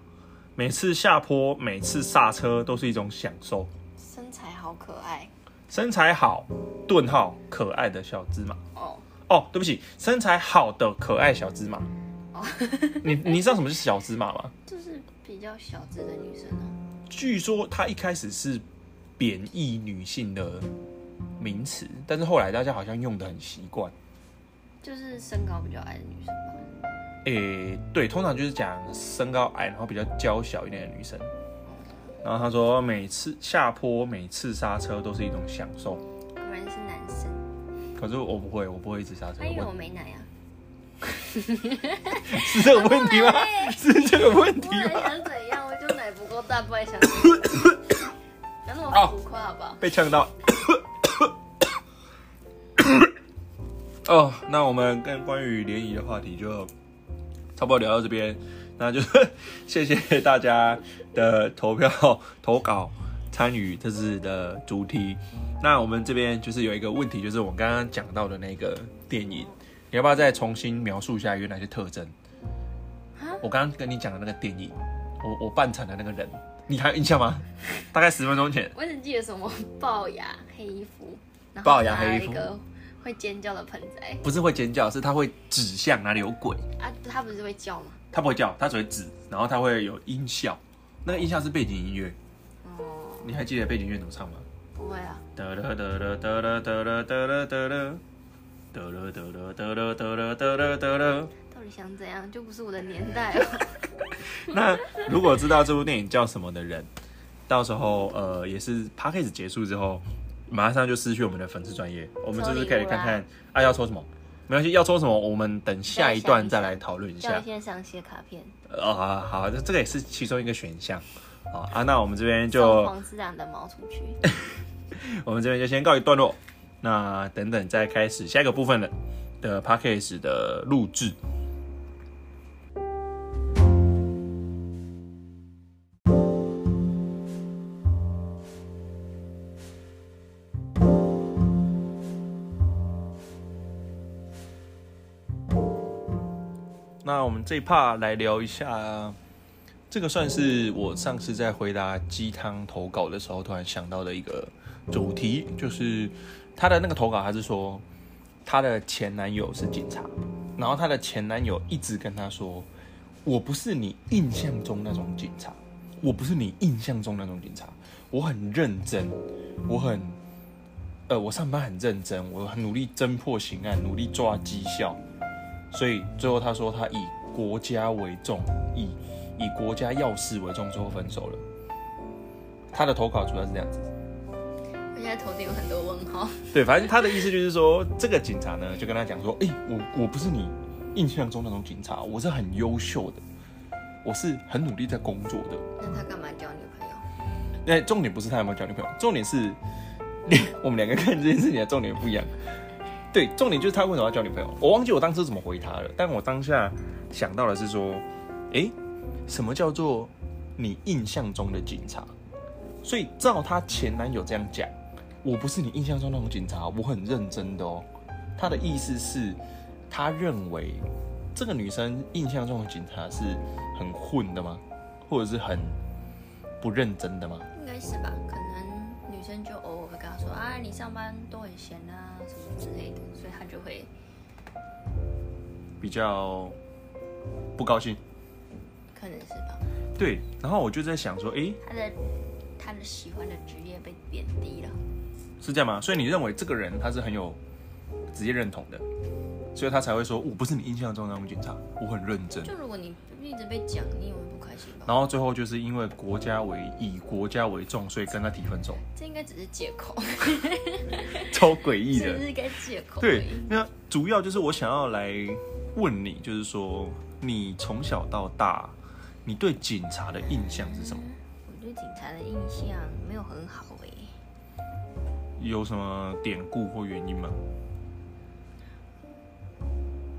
A: 每次下坡每次刹车都是一种享受，
B: 身材好可爱
A: 身材好顿号可爱的小芝麻。
B: 哦，
A: 哦，对不起，身材好的可爱小芝麻。
B: 哦
A: 你你知道什么是小芝麻吗？
B: 就是比较小资的女生哦。
A: 据说它一开始是贬义女性的名词，但是后来大家好像用的很习惯。
B: 就是身高比较矮的女生嘛。
A: 诶、对，通常就是讲身高矮，然后比较娇小一点的女生。然后他说，每次下坡，每次刹车都是一种享受。
B: 果然是男生，
A: 可是我不会，我不会一直刹车
B: 他。以为
A: 我
B: 我没奶啊。
A: 是这个问题吗？是这个问题
B: 不然
A: 吗？
B: 想怎哎样？我就奶不够大，不然 想。不要那
A: 哦
B: 么浮夸好不好？
A: 被呛到。哦，那我们跟关于联谊的话题就差不多聊到这边，那就是谢谢大家的投票、投稿、参与这次的主题。那我们这边就是有一个问题，就是我们刚刚讲到的那个电影，你要不要再重新描述一下有哪些特征
B: 啊？
A: 我刚刚跟你讲的那个电影，我我扮成的那个人，你还有印象吗？大概十分钟前。
B: 我只记得什么龅牙黑衣服，然后
A: 龅牙黑衣服
B: 拿一个会尖叫的盆栽
A: 不是会尖叫，是它会指向哪里有鬼，
B: 啊，他不是会叫吗？
A: 它不会叫，它只会指，然后它会有音效，那个音效是背景音乐。
B: 哦，
A: 你还记得背景音乐怎么唱吗？
B: 不会啊，
A: 得了得了得了得了得了得了得了得了得了得了得了得了。
B: 到底想怎样？就不是我的年代 哦。
A: 那如果知道这部电影叫什么的人，到时候呃也是 p a c k a g e 结束之后，马上就失去我们的粉丝专业，我们就是可以看看啊要抽什么，没关系，要抽什么我们等下一段再来讨论一
B: 叫
A: 下
B: 你。先上写卡片，
A: 哦，好好，这这个也是其中一个选项。好啊，那我们这边
B: 送
A: 就
B: 黄之朗的毛出去。
A: 我们这边就先告一段落。那等等再开始下一个部分了的 p a c k a g e 的录制。那我们这一 part 来聊一下，这个算是我上次在回答鸡汤投稿的时候突然想到的一个主题，就是她的那个投稿，她是说她的前男友是警察，然后她的前男友一直跟她说：“我不是你印象中那种警察，我不是你印象中那种警察，我很认真，我很……呃，我上班很认真，我很努力侦破刑案，努力抓绩效。”所以最后她说她以国家为重，以以国家要事为重，最后分手了。她的投稿主要是这样子。
B: 我现在头顶有很多问号。
A: 对，反正他的意思就是说，这个警察呢就跟他讲说，哎、我我不是你印象中那种警察，我是很优秀的，我是很努力在工作的。
B: 那他干嘛交女朋友？
A: 那哎重点不是他有没有交女朋友，重点是我们两个看这件事情的重点不一样。对，重点就是他为什么要交女朋友。我忘记我当时怎么回他了，但我当下想到的是说，诶，什么叫做你印象中的警察？所以照她前男友这样讲，我不是你印象中那种警察，我很认真的哦。他的意思是，他认为这个女生印象中的警察是很混的吗？或者是很不认真的吗？
B: 应该是吧，可能女生就偶尔会跟他说啊，你上班都很闲啊，什么之类的，所以他就会
A: 比较不高兴。
B: 可能是吧，
A: 对，然后我就在想说，诶，
B: 他的他的喜欢的职业被贬低了，
A: 是这样吗？所以你认为这个人他是很有职业认同的，所以他才会说，我哦不是你印象中的那种警察，我很认真。
B: 就如果你一直被讲，你也会不开心吧？
A: 然后最后就是因为国家为以国家为重，所以跟他提分手，
B: 这应该只是借口，
A: 超诡异
B: 这
A: 的。
B: 是该借口。
A: 对，，那主要就是我想要来问你，就是说你从小到大，你对警察的印象是什么？
B: 我对警察的印象没有很好欸诶、
A: 有什么典故或原因吗？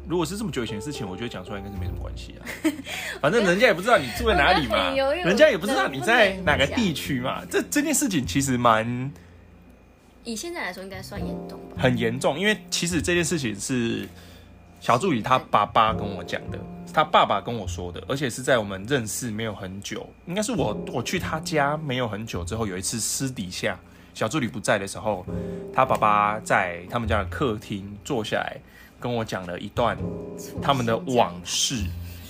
A: 如果是这么久以前的事情，我觉得讲出来应该是没什么关系啊。反正人家也不知道你住在哪里
B: 我觉得
A: 嘛
B: 很犹豫，
A: 人家也不知道
B: 我
A: 你
B: 不
A: 在
B: 能
A: 哪个
B: 讲
A: 地区嘛。这这件事情其实蛮
B: 以现在来说应该算严重吧。
A: 很严重，因为其实这件事情是小助理他爸爸跟我讲的，是他爸爸跟我说的，而且是在我们认识没有很久，应该是我我去他家没有很久之后，有一次私底下小助理不在的时候，他爸爸在他们家的客厅坐下来跟我讲了一段
B: 促
A: 他们的
B: 进
A: 往事，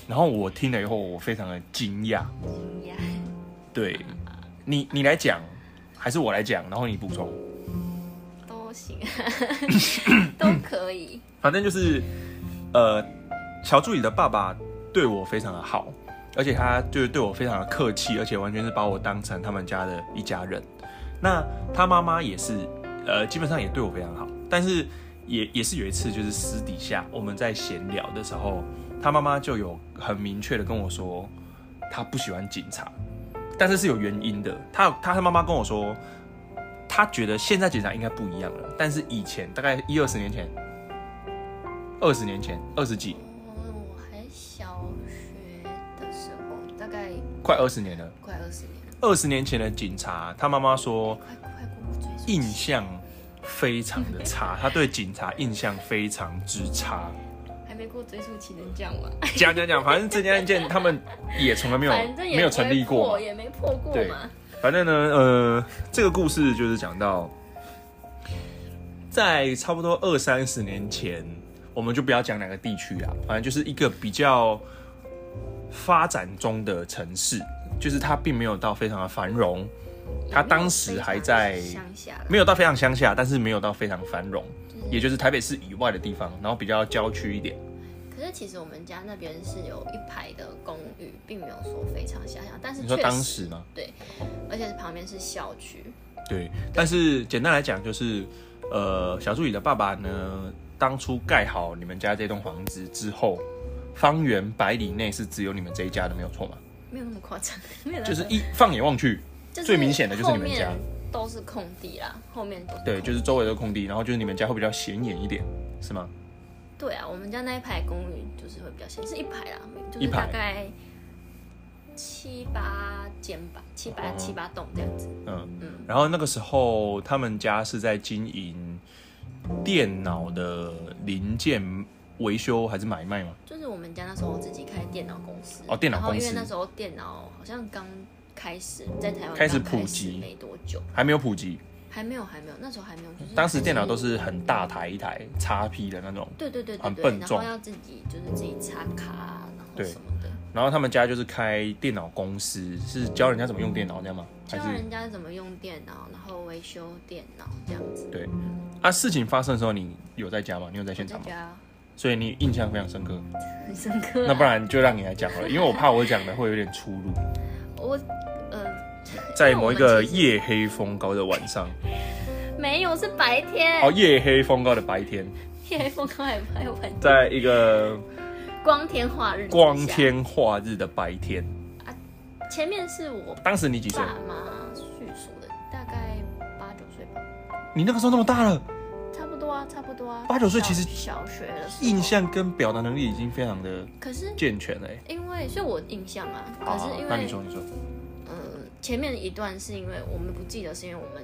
A: 然后我听了以后，我非常的惊讶。
B: 惊讶
A: 对你，你来讲，还是我来讲，然后你补充。
B: 都行，啊 都可以。
A: 反正就是，呃，小助理的爸爸对我非常的好，而且他就是对我非常的客气，而且完全是把我当成他们家的一家人。那他妈妈也是，呃，基本上也对我非常好，但是也也是有一次，就是私底下我们在闲聊的时候，他妈妈就有很明确的跟我说，他不喜欢警察，但是是有原因的。他他他妈妈跟我说，他觉得现在警察应该不一样了，但是以前大概一二十年前，二十年前二十几，
B: 嗯，我还小学的时候，大概
A: 快二十年了。
B: 快二十年了，
A: 二十年前的警察，他妈妈说
B: 快快过追溯
A: 印
B: 期，
A: 象非常的 差，他对警察印象非常之差。
B: 还没过追溯期能这样吗？
A: 讲讲讲，反正这件案件他们也从来没有
B: 反正也
A: 没有
B: 不
A: 成
B: 会
A: 立过
B: 破
A: 嘛。
B: 也没破过
A: 对
B: 嘛。
A: 反正呢，呃，这个故事就是讲到，在差不多二三十年前，我们就不要讲哪个地区啊，反正就是一个比较发展中的城市，就是它并没有到非常的繁荣，他当时还在
B: 也没有非常乡下啦，
A: 没有到非常乡下，但是没有到非常繁荣，
B: 就是
A: 也就是台北市以外的地方，然后比较郊区一点。
B: 可是其实我们家那边是有一排的公寓，并没有说非常乡下，但是
A: 你说
B: 确
A: 当
B: 实
A: 时吗？
B: 对，而且是旁边是校区，
A: 对，但是简单来讲就是，呃，小助理的爸爸呢，当初盖好你们家这栋房子之后，方圆百里内是只有你们这一家的，没有错嘛？
B: 没有那么夸张，没有那
A: 就
B: 么
A: 是一放眼望去，
B: 就是
A: 最明显的就是你们家
B: 后面都是空地啦，后面都是
A: 对，
B: 空
A: 就是周围都空地，然后就是你们家会比较显眼一点，是吗？
B: 对啊，我们家那一排公寓就是会比较显，是一排啦，就
A: 一
B: 是
A: 排
B: 大概七八间吧，七八、
A: 哦
B: 七八栋这样子。
A: 嗯
B: 嗯，
A: 然后那个时候他们家是在经营电脑的零件维修还是买卖嘛？
B: 就是我们家那时候自己开电脑公司
A: 哦电脑公司
B: 然后因为那时候电脑好像刚开始在台湾
A: 开始
B: 刚
A: 普及
B: 没多久，
A: 还没有普及，
B: 还没有还没有，那时候还没有，就是
A: 当时电脑都
B: 是
A: 是很大台一台叉 P 的那种。
B: 对对对对
A: 很
B: 对，
A: 笨
B: 然
A: 重
B: 后要自己就是自己插卡，啊然后
A: 对
B: 什么的，
A: 然后他们家就是开电脑公司，是教人家怎么用电脑这样吗？还
B: 教
A: 是
B: 人家怎么用电脑，然后维修电脑这样子。
A: 对？啊，事情发生的时候你有在家吗？你有在
B: 我
A: 现
B: 在
A: 场吗？
B: 家
A: 所以你印象非常深刻。
B: 很深刻啊、
A: 那不然就让你来讲好了，因为我怕我讲的会有点出入。
B: 我呃
A: 在某一个夜黑风高的晚上，
B: 没有是白天，
A: 哦，夜黑风高的白天，
B: 夜风高也拍完
A: 在一个
B: 光天化日之下，
A: 光天化日的白天，
B: 前面是我
A: 当时你几岁？
B: 爸妈叙述的，大概八九岁吧，
A: 你那个时候那么大了，
B: 差不多啊，差不多啊，
A: 八九岁
B: 小
A: 其实
B: 小学的时候
A: 印，象跟表达能力已经非常的
B: 可是
A: 健全了欸。
B: 因为所以我印象啊，
A: 好
B: 可
A: 好
B: 是
A: 好
B: 因
A: 哦那你
B: 为
A: 说你说，
B: 呃前面一段是因为我们不记得，是因为我们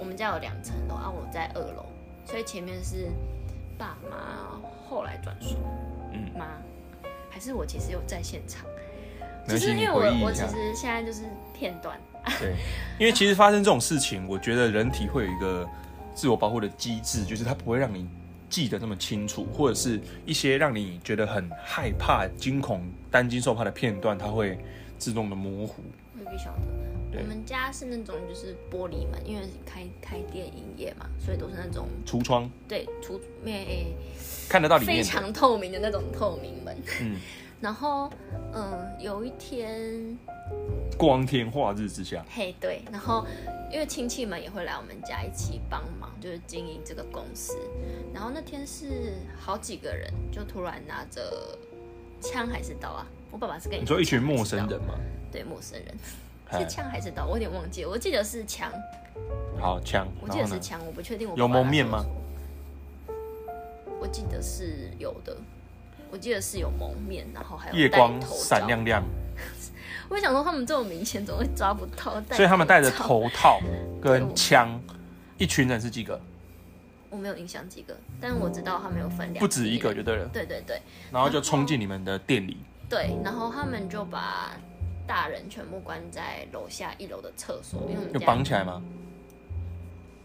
B: 我们家有两层楼啊，我在二楼，所以前面是爸妈后来转述
A: 嗯，
B: 吗？还是我其实有在现场？
A: 没关
B: 只
A: 系
B: 是因为
A: 你回忆
B: 我我
A: 一
B: 其
A: 下
B: 实现在就是片段，
A: 对，因为其实发生这种事情，我觉得人体会有一个自我保护的机制，就是它不会让你记得那么清楚，或者是一些让你觉得很害怕、惊恐、担惊受怕的片段，它会自动的模糊。
B: 未必晓得。
A: 对
B: 我们家是那种就是玻璃门，因为开开店营业嘛，所以都是那种
A: 橱窗
B: 对出面、诶
A: 看得到里
B: 非
A: 面的，
B: 常透明的那种透明门。
A: 嗯，
B: 然后嗯、呃有一天
A: 光天化日之下，
B: 嘿对，然后因为亲戚们也会来我们家一起帮忙，就是经营这个公司。然后那天是好几个人，就突然拿着枪还是刀啊。我爸爸是跟
A: 你说一群
B: 讲
A: 陌
B: 还是刀
A: 生人嘛，
B: 对陌生人，是枪还是刀？我有点忘记了，我记得是枪，
A: 哎好枪，
B: 我
A: 然
B: 记得
A: 后
B: 是
A: 呢？
B: 枪，我不确定我。
A: 有蒙面吗？
B: 我记得是有的，我记得是有蒙面，然后还有
A: 夜
B: 戴
A: 光
B: 头罩
A: 闪。亮亮，
B: 我想说他们这么明显，怎么会抓不到？戴
A: 所以他们戴着
B: 罩，
A: 头套
B: 对
A: 跟
B: 我
A: 枪，一群人是几个？
B: 我没有印象几个，但是我知道他们有分两，
A: 不止一个就对了。
B: 对对对
A: 然后就冲进你们的店里，
B: 对，然后他们就把大人全部关在楼下一楼的厕所，因为我
A: 有
B: 们家
A: 绑起来吗？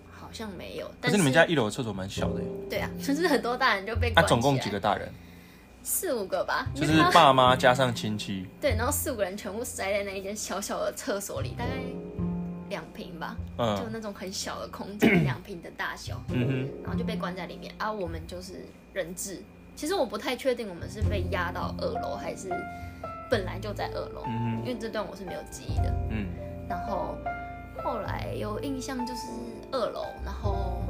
B: 好像没有，
A: 可
B: 但
A: 是你们家一楼的厕所蛮小的耶，
B: 对啊， 就是很多大人就被
A: 啊，
B: 关起来
A: 总共几个大人？
B: 四五个吧，
A: 就
B: 因
A: 是
B: 为他
A: 爸妈加上亲戚，
B: 对，然后四五个人全部塞在那一间小小的厕所里，大概两平吧，就
A: 嗯
B: 那种很小的空间，两平的大小，
A: 嗯
B: 然后就被关在里面啊。我们就是人质，其实我不太确定我们是被压到二楼还是本来就在二楼
A: 哼，，嗯
B: 因为这段我是没有记忆的。
A: 哼，嗯，
B: 然后后来有印象就是二楼，然后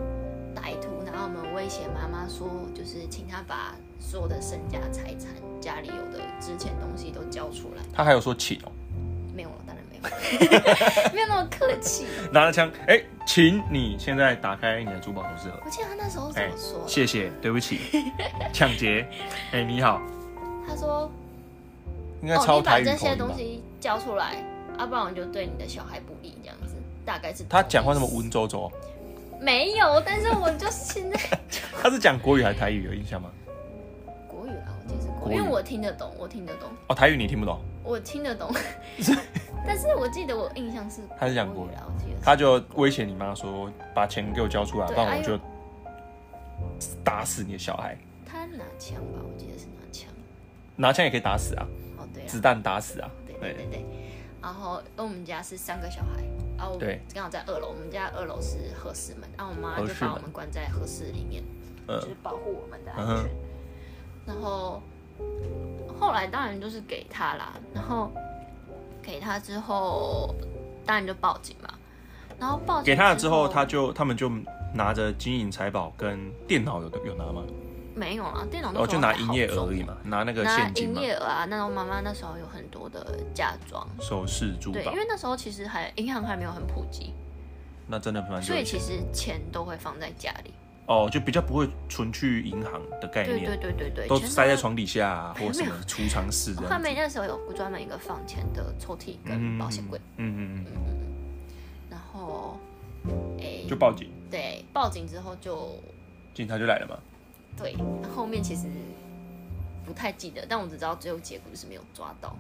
B: 歹徒然后我们威胁妈妈说，就是请她把所有的身家财产、家里有的值钱东西都交出来。
A: 他还有说请哦，
B: 没有了， 当然没有，没有那么客气。
A: 拿着枪，哎，请你现在打开你的珠宝首饰盒，
B: 我记得他那时候怎
A: 哎
B: 么说，
A: 谢谢，对 不起，抢劫，哎，你好，
B: 他说：“
A: 应该
B: 哦，
A: 超
B: 你把
A: 台语
B: 这
A: 口
B: 些
A: 音吧
B: 东？西交出来，要、不然我就对你的小孩不利。”这样子，大概是
A: 他
B: 这种
A: 讲话那么
B: 意
A: 文绉绉，
B: 思没有，但是我就是现在
A: 他是讲国语还是台语有印象吗？
B: 国语啊啦，我记得是
A: 国
B: 国
A: 语
B: 语，因为我听得懂，我听得懂，
A: 哦，台语你听不懂，
B: 我听 得懂。但是我记得我印象是
A: 他是讲
B: 国
A: 国语
B: 语啦，我记得是
A: 他就威胁你妈说，把钱给我交出来，不
B: 对
A: 然
B: 哎
A: 我
B: 呦
A: 就打死你的小孩，
B: 他拿枪吧，我记得是拿枪。
A: 拿枪也可以打死啊，
B: 哦，对啦
A: 子弹打死啊，
B: 对对对对。然后因为我们家是三个小孩，然后我
A: 对
B: 刚好在二楼，我们家二楼是合适门，然后我妈
A: 合
B: 就
A: 适门
B: 把我们关在合适里面，
A: 嗯
B: 就是保护我们的安
A: 嗯
B: 全。
A: 哼
B: 然后后来当然就是给他啦，然后给他之后，当然就报警嘛。然后报警
A: 给他了之
B: 之
A: 后，他就他们就拿着金银财宝跟电脑有有拿吗？
B: 没有了，电脑那
A: 哦，
B: 时
A: 就
B: 候
A: 拿
B: 还
A: 营
B: 好
A: 业额
B: 做
A: 而已嘛，拿那个
B: 拿
A: 现金
B: 营
A: 嘛，
B: 业额啊，那时候妈妈那时候有很多的嫁妆，
A: 首饰、珠
B: 对，
A: 宝
B: 因，为那时候其实还银行还没有很普及，
A: 那真的蛮
B: 所
A: 多
B: 以
A: 钱。
B: 其实钱都会放在家里。
A: 哦，就比较不会存去银行的概
B: 对对
A: 念，
B: 对对对，
A: 都
B: 全
A: 塞在。床底下 啊，或什
B: 没有
A: 么储藏室这样
B: 他
A: 子。嗯
B: 们那时候有专门一个放钱的抽屉跟保险柜，
A: 嗯嗯嗯
B: 然后，诶、
A: 嗯，就报警，
B: 对，报警之后就
A: 警察就来了嘛。
B: 对，后面其实不太记得，但我只知道最后结果就是没有抓到，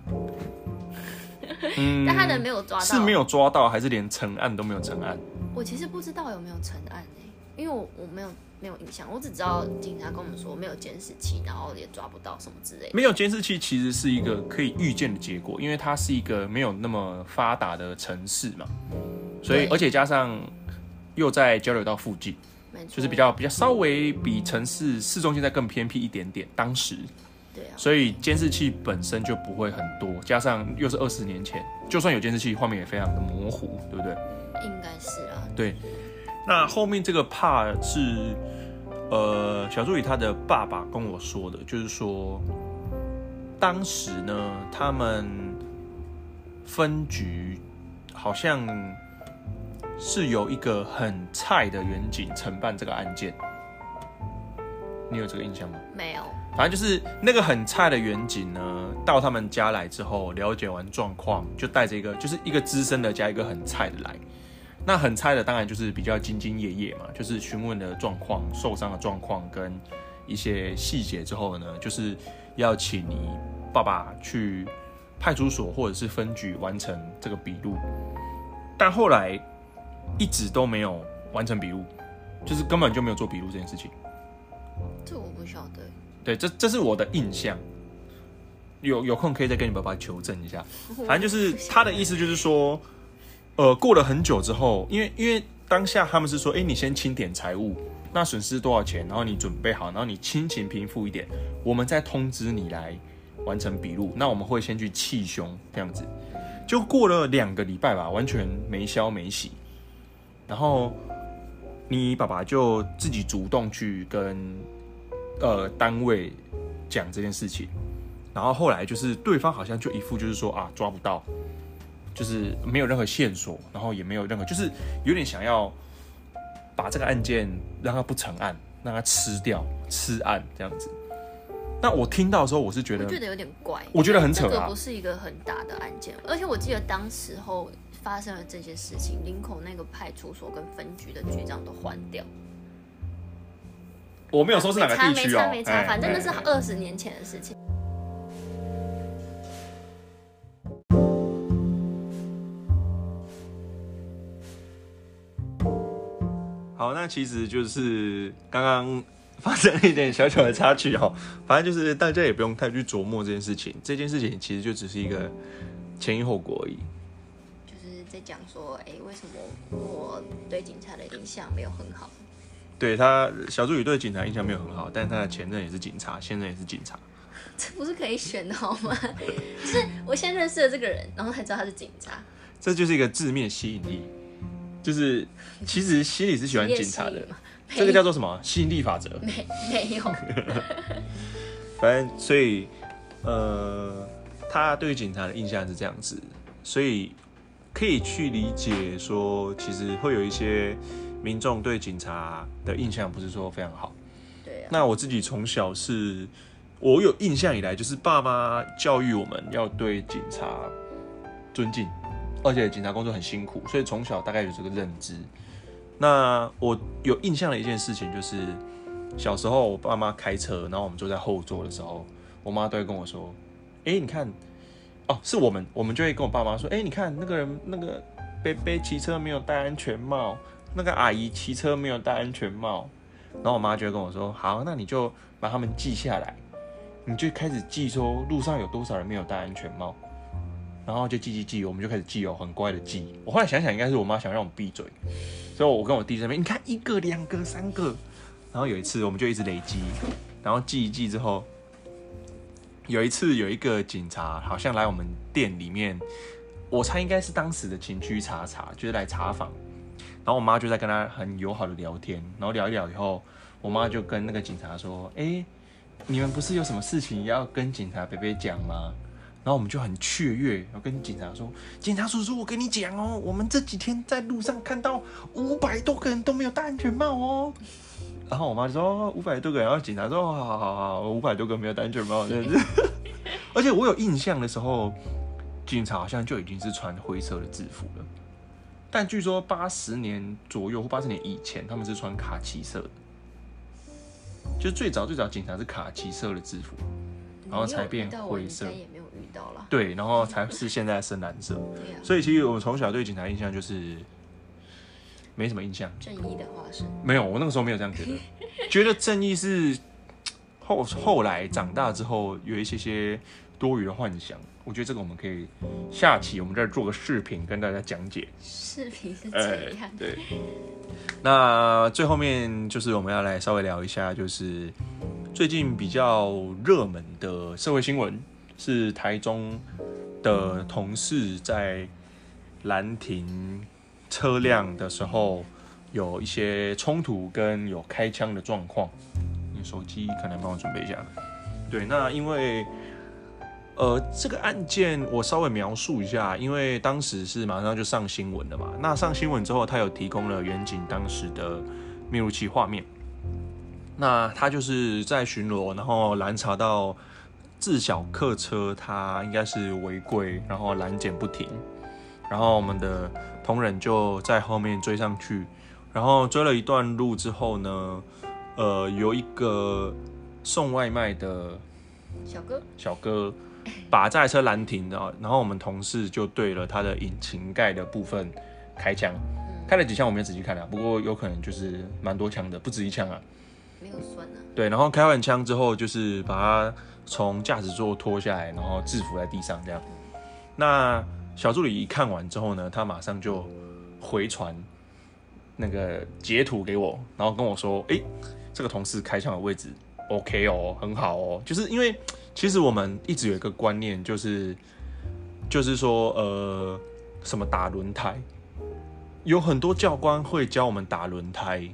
A: 嗯，
B: 但他人没有抓到，
A: 是没。有抓到，还是连成案都没有成案？
B: 我其实不知道有没有成案诶、因为我我没有没有印象，我只知道警察跟我们说没有监视器，然后也抓不到什么之类的。
A: 没有监视器其实是一个可以预见的结果，因为它是一个没有那么发达的城市嘛，所以
B: 对
A: 而且加上又在交流道附近，
B: 没错，
A: 嗯就是比较比较稍微比城市市中心再更偏僻一点点。当时，
B: 对啊，
A: 所以监视器本身就不会很多，加上又是二十年前，就算有监视器，画面也非常的模糊，对不对？
B: 应该是啊，
A: 对，那后面这个怕是，呃，小助理他的爸爸跟我说的，就是说，当时呢，他们分局好像是由一个很菜的远景承办这个案件，你有这个印象吗？
B: 没有，
A: 反正就是那个很菜的远景呢，到他们家来之后，了解完状况，就带着一个就是一个资深的加一个很菜的来。那很菜的当然就是比较兢兢业业嘛，就是询问的状况、受伤的状况跟一些细节之后呢，就是要请你爸爸去派出所或者是分局完成这个笔录。但后来一直都没有完成笔录，就是根本就没有做笔录这件事情。
B: 这我不晓得。
A: 对，这这是我的印象。有有空可以再跟你爸爸求证一下。反正就是他的意思就是说，呃，过了很久之后，因为因为当下他们是说，哎、你先清点财务，那损失多少钱，然后你准备好，然后你亲情平复一点，我们再通知你来完成笔录。那我们会先去气胸这样子。就过了两个礼拜吧，完全没消没息。然后你爸爸就自己主动去跟呃单位讲这件事情，然后后来就是对方好像就一副就是说啊抓不到，就是没有任何线索，然后也没有任何，就是有点想要把这个案件让它不成案，让它吃掉吃案这样子。那我听到的时候，我是觉
B: 我
A: 得
B: 觉得有点怪，
A: 我觉得很扯
B: 这个
A: 啊
B: 不是一个很大的案件，而且我记得当时候发生了这些事情，林口那个派出所跟分局的局长都换掉，
A: 我没有说是哪个地
B: 没
A: 区哦、
B: 差没差没差，
A: 哎
B: 反正那是
A: 哎
B: 二十年前的事情。
A: 好，那其实就是刚刚发生了一点小小的插曲哦， 反正就是大家也不用太去琢磨这件事情，这件事情其实就只是一个前因后果而已。
B: 就是在讲说，哎、为什么我对警察的印象没有很好？
A: 对他，小助理对警察印象没有很好，但是他的前任也是警察，现任也是警察。
B: 这不是可以选的好吗？ 就是我先认识了这个人，然后才知道他是警察。
A: 这就是一个字面吸引力，就是其实心里是喜欢警察
B: 职业
A: 的
B: 吸引，嘛
A: 这个叫做什么吸引力法则。
B: 没没有，
A: 反正所以，呃，他对警察的印象是这样子，所以可以去理解说，其实会有一些民众对警察的印象不是说非常好。
B: 对啊，
A: 那我自己从小是，我有印象以来就是爸妈教育我们要对警察尊敬，而且警察工作很辛苦，所以从小大概有这个认知。那我有印象的一件事情就是，小时候我爸妈开车，然后我们坐在后座的时候，我妈都会跟我说：“哎、你看，哦，是我们， 我们就会跟我爸妈说：‘哎、你看那个人，那个贝贝骑车没有戴安全帽，那个阿姨骑车没有戴安全帽。’然后我妈就会跟我说：“好，那你就把他们记下来，你就开始记说路上有多少人没有戴安全帽。”然后就记记记，我们就开始记哦，很乖的记。我后来想想，应该是我妈想让我们闭嘴，所以我跟我弟在那边，你看一个、两个、三个。然后有一次，我们就一直累积，然后记一记之后，有一次有一个警察好像来我们店里面，我猜应该是当时的情区查查，就是来查访。然后我妈就在跟他很友好的聊天，然后聊一聊以后，我妈就跟那个警察说：“哎、你们不是有什么事情要跟警察伯伯讲吗？”然后我们就很雀跃，我跟警察说：“警察叔叔，我跟你讲哦，我们这几天在路上看到五百多个人都没有戴安全帽哦。”然后我妈就说：“哦五百多个人。”然后警察说：“哦好好好好，五百多个没有戴安全帽。”真的是。而且我有印象的时候，警察好像就已经是穿灰色的制服了。但据说八十年左右或八十年以前，他们是穿卡其色的，就是最早最早警察是卡其色的制服，然后才变
B: 你有遇到我
A: 灰色
B: 应该也没有遇到啦。
A: 对，然后才是现在的深蓝色。
B: 对啊，
A: 所以其实我从小对警察印象就是没什么印象，
B: 正义的化身。
A: 没有，我那个时候没有这样觉得，觉得正义是后后来长大之后有一些些多余的幻想。我觉得这个我们可以下期我们再做个视频跟大家讲解。
B: 视频是
A: 哎
B: 这 样，
A: 对。那最后面就是我们要来稍微聊一下，就是最近比较热门的社会新闻是台中的同事在拦停车辆的时候有一些冲突跟有开枪的状况。你手机可能帮我准备一下。对，那因为呃，这个案件我稍微描述一下，因为当时是马上就上新闻了嘛。那上新闻之后，他有提供了远景当时的灭录器画面。那他就是在巡逻，然后拦查到自小客车，他应该是违规，然后拦检不停。然后我们的同仁就在后面追上去，然后追了一段路之后呢，呃，有一个送外卖的
B: 小哥，
A: 小哥把这台车拦停的，然后我们同事就对了他的引擎盖的部分开枪，开了几枪我没有仔细看啊，不过有可能就是蛮多枪的，不止一枪啊。
B: 没有酸啊，
A: 对，然后开完枪之后，就是把他从驾驶座拖下来，然后制服在地上这样。那小助理一看完之后呢，他马上就回传那个截图给我，然后跟我说：“诶，这个同事开枪的位置 OK 哦，很好哦。”就是因为其实我们一直有一个观念，就是就是说呃，什么打轮胎，有很多教官会教我们打轮胎。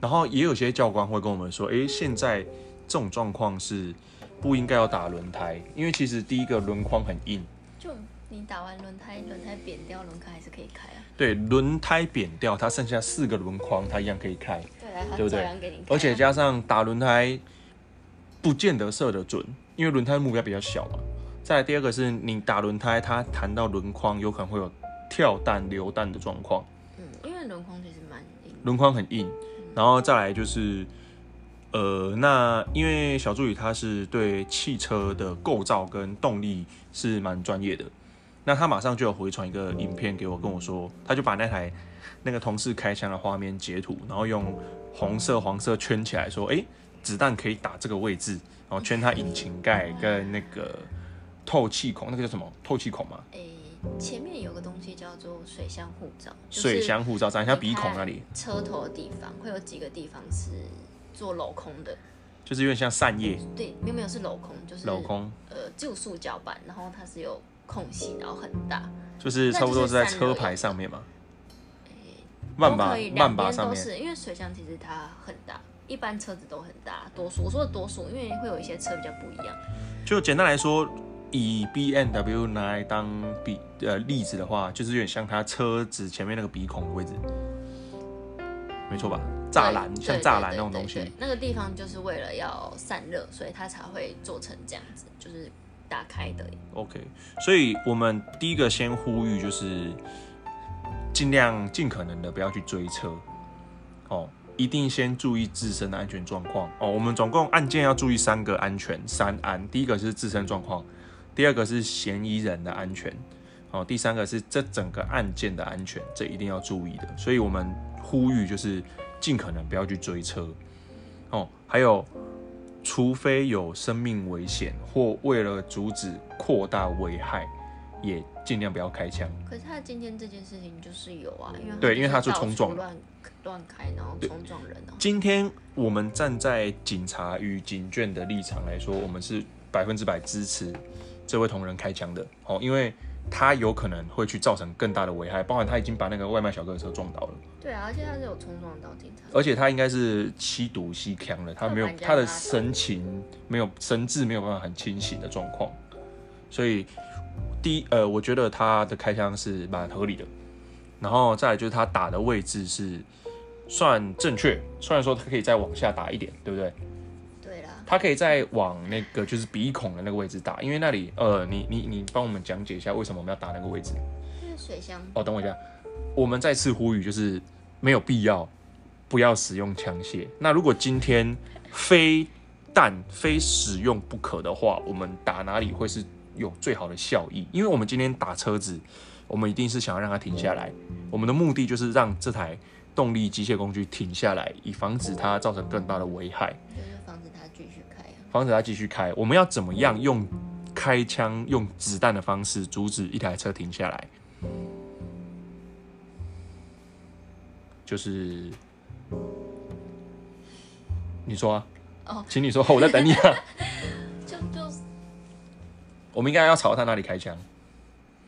A: 然后也有些教官会跟我们说，诶，现在这种状况是不应该要打轮胎，因为其实第一个轮框很硬，
B: 就你打完轮胎，轮胎扁掉，轮胎还是可以开啊。
A: 对，轮胎扁掉，它剩下四个轮框，它一样可以开。
B: 对啊，他
A: 对不对
B: 照样给你开啊、
A: 而且加上打轮胎，不见得射得准，因为轮胎目标比较小嘛。再来第二个是你打轮胎，它弹到轮框，有可能会有跳弹、流弹的状况，
B: 嗯，因为轮框其实蛮硬的。
A: 轮框很硬。然后再来就是，呃，那因为小助理他是对汽车的构造跟动力是蛮专业的，那他马上就有回传一个影片给我，跟我说，他就把那台那个同事开枪的画面截图，然后用红色、黄色圈起来，说，诶，子弹可以打这个位置，然后圈它引擎盖跟那个透气孔，那个叫什么？透气孔嘛，
B: 诶，前面有个东西叫做水箱护罩，就是
A: 水箱护罩，长得像鼻孔那
B: 你
A: 里，
B: 看车头的地方会有几个地方是做镂空的，
A: 就是有点像扇叶
B: 对，没有没有是镂空，就是
A: 镂，空，
B: 呃，就塑胶板，然后它是有空隙，然后很大，
A: 就是差不多是在车牌上面嘛。慢
B: 都
A: 把
B: 可以，两
A: 慢把
B: 边
A: 上
B: 都
A: 面，
B: 是，因为水箱其实它很大，一般车子都很大，多数我说的多数，因为会有一些车比较不一样，
A: 就简单来说，以 B N W 拿来当比呃例子的话，就是有点像它车子前面那个鼻孔的位置，没错吧？栅栏
B: 对
A: 像
B: 对
A: 栅栏那
B: 对
A: 种
B: 对
A: 东
B: 对
A: 西，
B: 那个地方就是为了要散热，所以它才会做成这样子，就是打开的。
A: OK，所以我们第一个先呼吁就是，尽量尽可能的不要去追车，哦，一定先注意自身的安全状况哦。我们总共案件要注意三个安全三安，第一个是自身状况，第二个是嫌疑人的安全，哦，第三个是这整个案件的安全，这一定要注意的。所以我们呼吁就是尽可能不要去追车，哦，还有除非有生命危险或为了阻止扩大危害，也尽量不要开枪。
B: 可是他今天这件事情就是有啊，因为
A: 对因为他
B: 就是
A: 冲撞
B: 到处乱乱开，然后冲撞人啊。
A: 今天我们站在警察与警卷的立场来说，我们是百分之百支持这位同仁开枪的哦，因为他有可能会去造成更大的危害，包含他已经把那个外卖小哥的车撞倒了，
B: 对啊，而且他是有冲撞到警察。
A: 而且他应该是吸毒吸枪了，他没有
B: 他把人家
A: 他的
B: 拉倒
A: 神情没有神志没有办法很清醒的状况，所以第一呃，我觉得他的开枪是蛮合理的，然后再来就是他打的位置是算正确，虽然说他可以再往下打一点，对不对？
B: 对啦，
A: 它可以再往那个就是鼻孔的那个位置打，因为那里呃，你你你帮我们讲解一下为什么我们要打那个位置
B: 因为水箱
A: 哦。等我一下，我们再次呼吁，就是没有必要不要使用枪械。那如果今天非但非使用不可的话，我们打哪里会是有最好的效益？因为我们今天打车子，我们一定是想要让它停下来，我们的目的就是让这台动力机械工具停下来，以防止它造成更大的危害。
B: 就是防止他继续开啊。
A: 防止他继续开。我们要怎么样用开枪、用子弹的方式阻止一台车停下来？就是你说啊，
B: 哦
A: 请你说，我在等你啊。
B: 就就是
A: 我们应该要朝他那里开枪。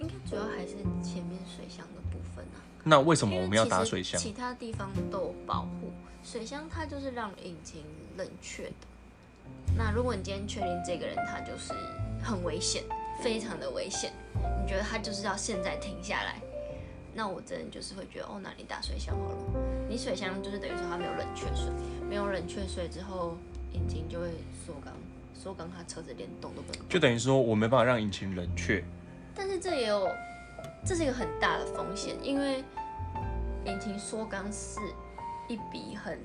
B: 应该主要还是前面水箱的部分啊。
A: 那为什
B: 因
A: 么
B: 为
A: 我们要
B: 其
A: 打
B: 实
A: 水箱？
B: 其他地方都有保护，水箱它就是让引擎冷却的。那如果你今天确定这个人他就是很危险，非常的危险，你觉得他就是要现在停下来，那我真的就是会觉得哦，那你打水箱好了。你水箱就是等于说它没有冷却水，没有冷却水之后，引擎就会缩缸，缩缸它车子连动都不能动。
A: 就等于说我没办法让引擎冷却。
B: 但是这也有，这是一个很大的风险，因为引擎缩缸是一笔很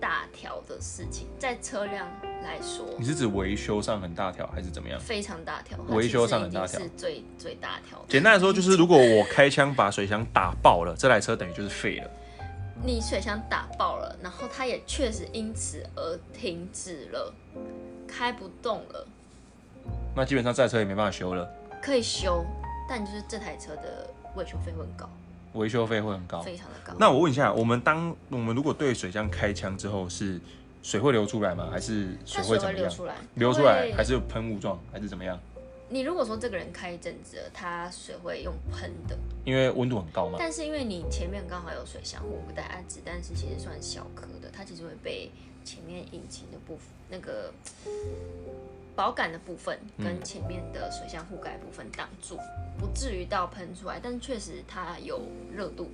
B: 大条的事情，在车辆来说
A: 你是指维修上很大条，还是怎么样？
B: 非常大条，它
A: 维修
B: 其实
A: 上
B: 已
A: 很大
B: 经
A: 条
B: 是最最大条的。
A: 简单来说，就是如果我开枪把水箱打爆了，这台车等于就是废了。
B: 你水箱打爆了，然后它也确实因此而停止了，开不动了，
A: 那基本上这台车也没办法修了，
B: 可以修，但就是这台车的维修费会很高，
A: 维修费会很高。
B: 非常的高。
A: 那我问一下，我们当我们如果对水箱开枪之后，是水会流出来吗？还是水
B: 它
A: 会
B: 水
A: 怎么
B: 会流
A: 样？
B: 出来，
A: 流出
B: 它
A: 来
B: 会
A: 还是喷雾状，还是怎么样？
B: 你如果说这个人开一阵子了，他水会用喷的，
A: 因为温度很高嘛。
B: 但是因为你前面刚好有水箱护带，啊，子弹是其实算小颗的，它其实会被前面引擎的部分那个保杆的部分跟前面的水箱覆盖部分挡住，不至于到喷出来，但确实它有热度，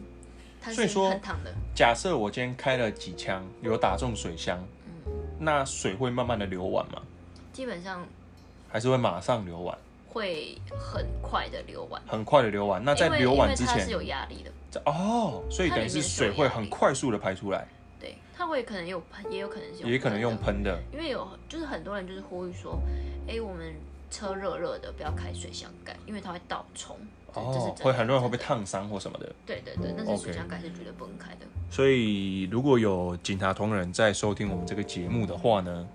B: 它
A: 所以
B: 是
A: 说
B: 很烫的。
A: 假设我今天开了几枪，有打中水箱，
B: 嗯
A: 那水会慢慢的流完吗？
B: 基本上
A: 还是会马上流完？
B: 会很快的流完，
A: 很快的流完？那在
B: 因为
A: 流完之
B: 因为
A: 前
B: 它是，有压力的，
A: 这哦，所以等于是水会很快速的排出来，
B: 对，它会可能有喷，也有可能是
A: 也可能
B: 喷的
A: 用喷的。
B: 因为有就是很多人就是呼吁说，哎、我们车热热的，不要开水箱盖，因为它会倒冲。这这是
A: 哦
B: 真，的
A: 会很多人会被
B: 真的
A: 烫伤或什么的。
B: 对对对，但是
A: OK
B: 水箱盖是绝对不能开的。
A: 所以如果有警察同仁在收听我们这个节目的话呢，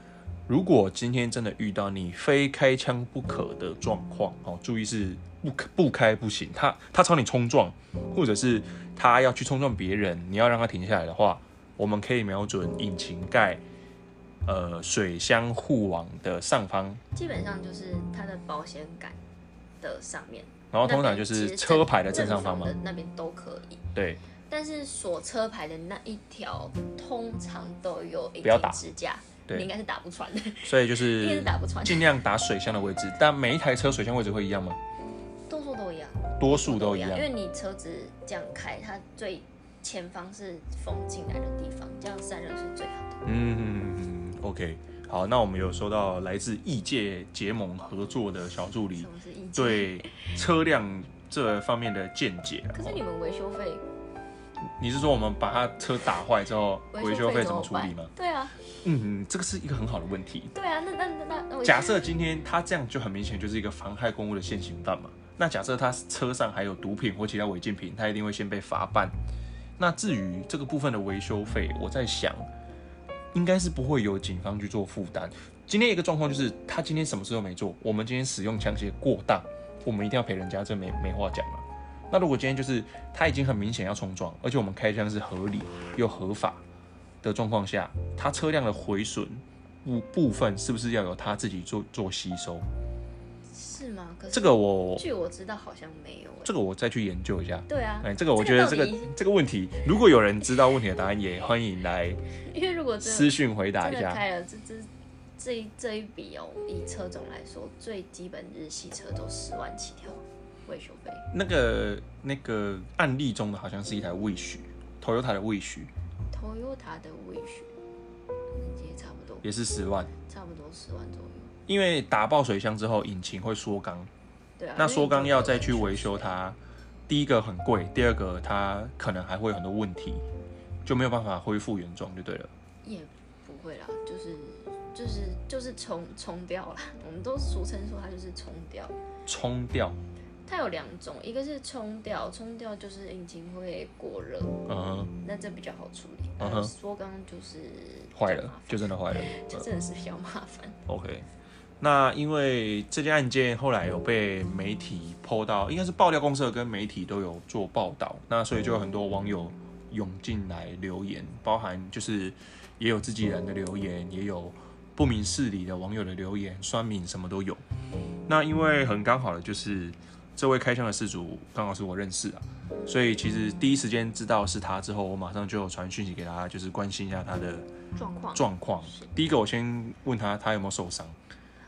A: 如果今天真的遇到你非开枪不可的状况，哦，注意是不可不开不行，他他朝你冲撞，或者是他要去冲撞别人，你要让他停下来的话，我们可以瞄准引擎盖。呃，水箱护网的上方，
B: 基本上就是它的保险杆的上面，
A: 然后通常就
B: 那边
A: 是
B: 其实
A: 车牌的正上方
B: 方
A: 嘛
B: 的。那边都可以，
A: 对，
B: 但是锁车牌的那一条通常都有一
A: 不要打
B: 定支架，
A: 对
B: 你应该是打不穿的，
A: 所以就
B: 应该是
A: 是
B: 打不穿的，
A: 尽量打水箱的位置，但每一台车水箱位置会一样吗？
B: 动作都一样，
A: 多数都一样
B: 因。为你车子这样开，它最前方是风进来的地方，这样散热是最好的。
A: 嗯，OK，好，那我们有收到来自异界结盟合作的小助理
B: 什么是意见？
A: 对车辆这方面的见解。
B: 可是你们维修费，
A: 你是说我们把他车打坏之后，维修费
B: 怎
A: 怎么
B: 么
A: 处理吗
B: 办？？对啊，
A: 嗯，这个是一个很好的问题。
B: 对啊，那那那那那维修
A: 假设今天他这样就很明显就是一个妨害公务的现行犯嘛。那假设他车上还有毒品或其他违禁品，他一定会先被罚办。那至于这个部分的维修费，我在想，应该是不会由警方去做负担。今天一个状况就是，他今天什么事都没做，我们今天使用枪械过当，我们一定要赔人家，这没没话讲了。那如果今天就是他已经很明显要冲撞，而且我们开枪是合理又合法的状况下，他车辆的毁损部部分是不是要由他自己做做吸收？
B: 是吗？可是
A: 这个我
B: 据我知道好像没有、欸。
A: 这个我再去研究一下。
B: 对啊，
A: 哎，这个我觉得这
B: 这个
A: 个
B: 到底
A: 这个问题，如果有人知道问题的答案，也欢迎来
B: 因为如果真的
A: 私讯回答一
B: 真的
A: 下。
B: 开了这这这一这一笔哦，以车种来说，最基本日系车都十万起跳维修费。
A: 那个那个案例中的好像是一台 Wish。Toyota 的 Wish
B: Toyota 的 Wish 也差不多，
A: 也是十万，
B: 差不多十万左右。
A: 因为打爆水箱之后，引擎会缩缸，
B: 对啊，
A: 那
B: 因为
A: 缩缸
B: 你
A: 要
B: 就
A: 再去维修它，第一个很贵，第二个它可能还会有很多问题，就没有办法恢复原状就对了。
B: 也不会啦，就是就是就是冲冲掉啦。 我们都俗称说它就是冲掉。
A: 冲掉，
B: 它有两种，一个是冲掉，冲掉就是引擎会过热，
A: 嗯哼，
B: 那这比较好处
A: 嗯
B: 理。然
A: 哼
B: 后缩缸就是
A: 坏
B: 比较麻
A: 了，就真的坏了。
B: 烦，就真的是比较麻烦。
A: OK，那因为这件案件后来有被媒体报到，应该是爆料公社跟媒体都有做报道，那所以就有很多网友涌进来留言，包含就是也有自己人的留言，也有不明事理的网友的留言，酸民什么都有。那因为很刚好的就是这位开枪的事主刚好是我认识啊，所以其实第一时间知道是他之后，我马上就有传讯息给他，就是关心一下他的
B: 状况，
A: 状况。第一个，我先问他他有没有受伤，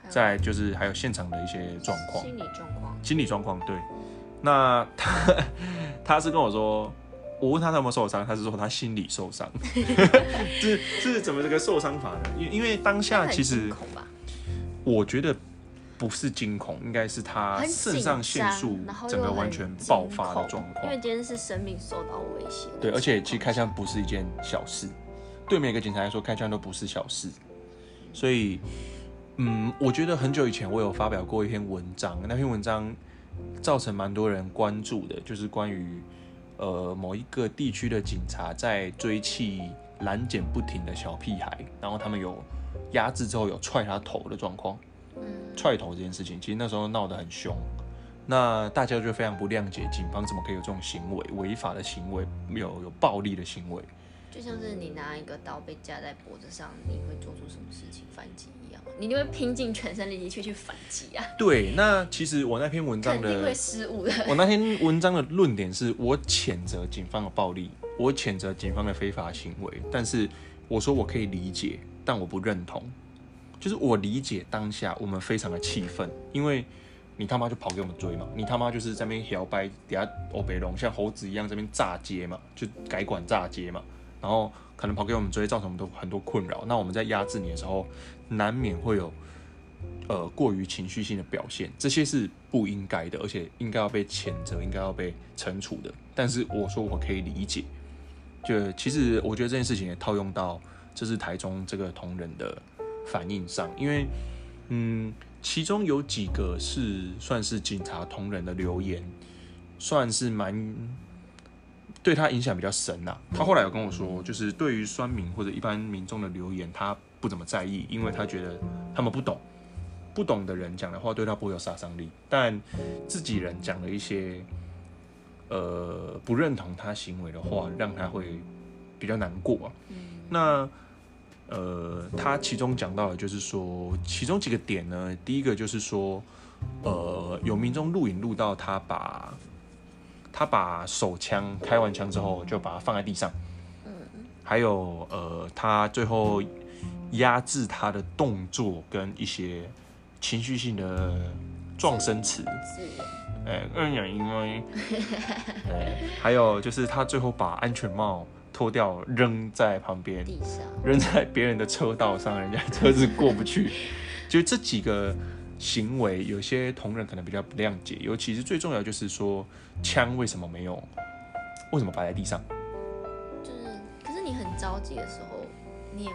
B: 还有
A: 再来就是还有现场的一些状况、
B: 心理状况，
A: 心理状况。对，那他他是跟我说，我问他他有没有受伤，他是说他心理受伤， 是是怎么这个受伤法呢？因因为当
B: 这
A: 下
B: 很
A: 其实
B: 惊恐吧，
A: 我觉得不是惊恐，应该是他
B: 很
A: 肾
B: 紧
A: 上
B: 张
A: 腺素
B: 然后
A: 整个
B: 又很
A: 完全爆
B: 惊
A: 发的
B: 恐
A: 状况
B: 因。为今天是生命受到威胁的情况下，
A: 对，而且其实开枪不是一件小事，对每个警察来说，开枪都不是小事。所以，嗯，我觉得很久以前我有发表过一篇文章，那篇文章造成蛮多人关注的，就是关于呃某一个地区的警察在追弃拦检不停的小屁孩，然后他们有压制之后有踹他头的状况，踹头这件事情，其实那时候闹得很凶。那大家就非常不谅解，警方怎么可以有这种行为，违法的行为，有有暴力的行为？
B: 就像是你拿一个刀被架在脖子上，你会做出什么事情反击一样，你就会拼尽全身力气去去反击啊，
A: 对，那其实我那篇 文章
B: 肯定
A: 的
B: 会，失误的。
A: 我那篇文章的论点是我谴责警方的暴力，我谴责警方的非法行为，但是我说我可以理解，但我不认同。就是我理解当下我们非常的气愤，因为你他妈就跑给我们追嘛，你他妈就是在那边摇摆，底下欧北龙像猴子一样在那边炸街嘛，就改管炸街嘛，然后可能跑给我们追，造成我们都很多困扰。那我们在压制你的时候，难免会有呃过于情绪性的表现，这些是不应该的，而且应该要被谴责，应该要被惩处的。但是我说我可以理解，就其实我觉得这件事情也套用到这是台中这个同仁的反应上，因为嗯，其中有几个是算是警察同仁的留言，算是蛮对他影响比较深呐、他后来有跟我说，就是对于酸民或者一般民众的留言，他不怎么在意，因为他觉得他们不懂，不懂的人讲的话对他不会有杀伤力，但自己人讲了一些呃不认同他行为的话，让他会比较难过、啊。那呃，他其中讲到的就是说，其中几个点呢，第一个就是说，呃，有民众录影录到他把他把手枪开完枪之后，就把它放在地上。还有呃，他最后压制他的动作跟一些情绪性的撞声词，
B: 是
A: 呃，嗯，因为，呃，还有就是他最后把安全帽脱掉扔在旁边，
B: 地上，
A: 扔在别人的车道上，人家车子过不去。就这几个行为，有些同仁可能比较不谅解，尤其是最重要就是说，枪为什么没有，为什么摆在地上？
B: 就是，可是你很着急的时候，你也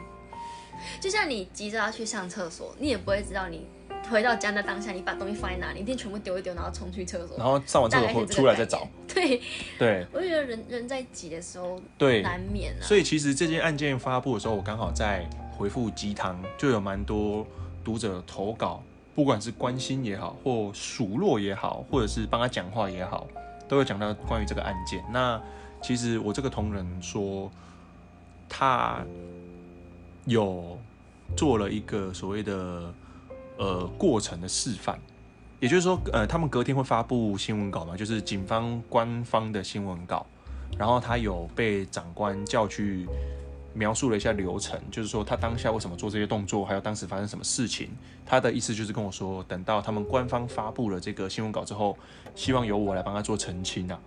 B: 就像你急着要去上厕所，你也不会知道你回到家那当下你把东西放在哪里，你一定全部丢一丢，然后冲去厕所
A: 然。后上完厕
B: 大
A: 所
B: 概是
A: 后
B: 这个
A: 出来再
B: 概
A: 找
B: 念。。对，
A: 对
B: 我就觉得人人在急的时候
A: 对，
B: 难免啊。
A: 所以其实这件案件发布的时候，我刚好在回复鸡汤，就有蛮多读者投稿，不管是关心也好，或数落也好，或者是帮他讲话也好，都有讲到关于这个案件。那其实我这个同仁说，他有做了一个所谓的呃过程的示范。也就是说，呃，他们隔天会发布新闻稿嘛，就是警方官方的新闻稿。然后他有被长官叫去描述了一下流程，就是说他当下为什么做这些动作，还有当时发生什么事情。他的意思就是跟我说，等到他们官方发布了这个新闻稿之后，希望由我来帮他做澄清啊。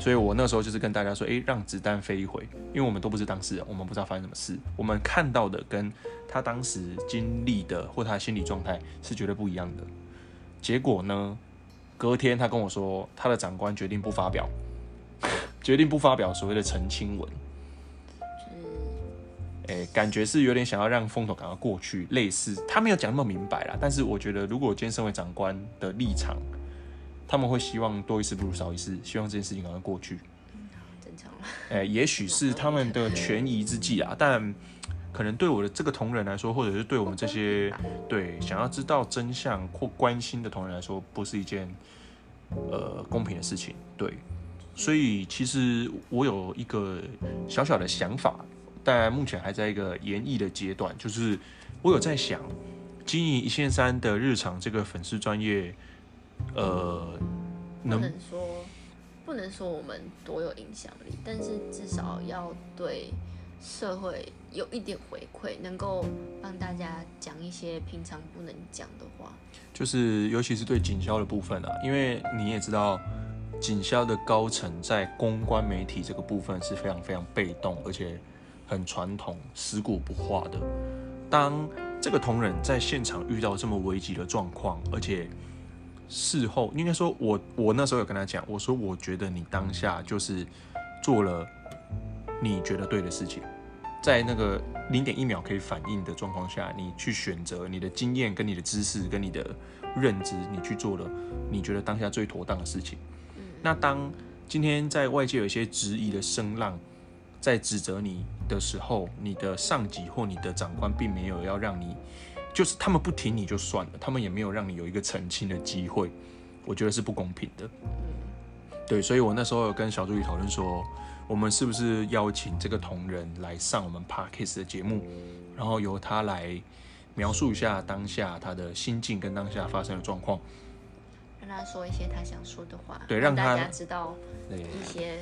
A: 所以我那时候就是跟大家说，诶，让子弹飞一回，因为我们都不是当事人，我们不知道发生什么事，我们看到的跟他当时经历的或他的心理状态是绝对不一样的。结果呢，隔天他跟我说，他的长官决定不发表。决定不发表所谓的澄清文。
B: 嗯
A: 诶、感觉是有点想要让风头赶快过去，类似他没有讲那么明白啦。但是我觉得，如果今天身为长官的立场，他们会希望多一事不如少一事，希望这件事情赶快过去。
B: 正常啊
A: 诶、也许是他们的权宜之计啊，但可能对我的这个同仁来说，或者是对我们这些对想要知道真相或关心的同仁来说，不是一件呃公平的事情。对，所以其实我有一个小小的想法，但目前还在一个研议的阶段，就是我有在想，经营一线三的日常这个粉丝专业，呃，
B: 不
A: 能
B: 能说不能说我们多有影响力，但是至少要对社会有一点回馈，能够帮大家讲一些平常不能讲的话。
A: 就是尤其是对警消的部分啊，因为你也知道，警消的高层在公关媒体这个部分是非常非常被动，而且很传统、死骨不化的。当这个同仁在现场遇到这么危急的状况，而且事后应该说我，我那时候有跟他讲，我说我觉得你当下就是做了你觉得对的事情，在那个零点一秒可以反应的状况下，你去选择你的经验、跟你的知识、跟你的认知，你去做了你觉得当下最妥当的事情。那当今天在外界有一些质疑的声浪在指责你的时候，你的上级或你的长官并没有要让你，就是他们不听你就算了，他们也没有让你有一个澄清的机会，我觉得是不公平的。对，所以我那时候有跟小助理讨论说，我们是不是邀请这个同仁来上我们 Parkes 的节目，然后由他来描述一下当下他的心境跟当下发生的状况。
B: 让他说一些他想说的话，
A: 对让他
B: 大家知道
A: 对
B: 一些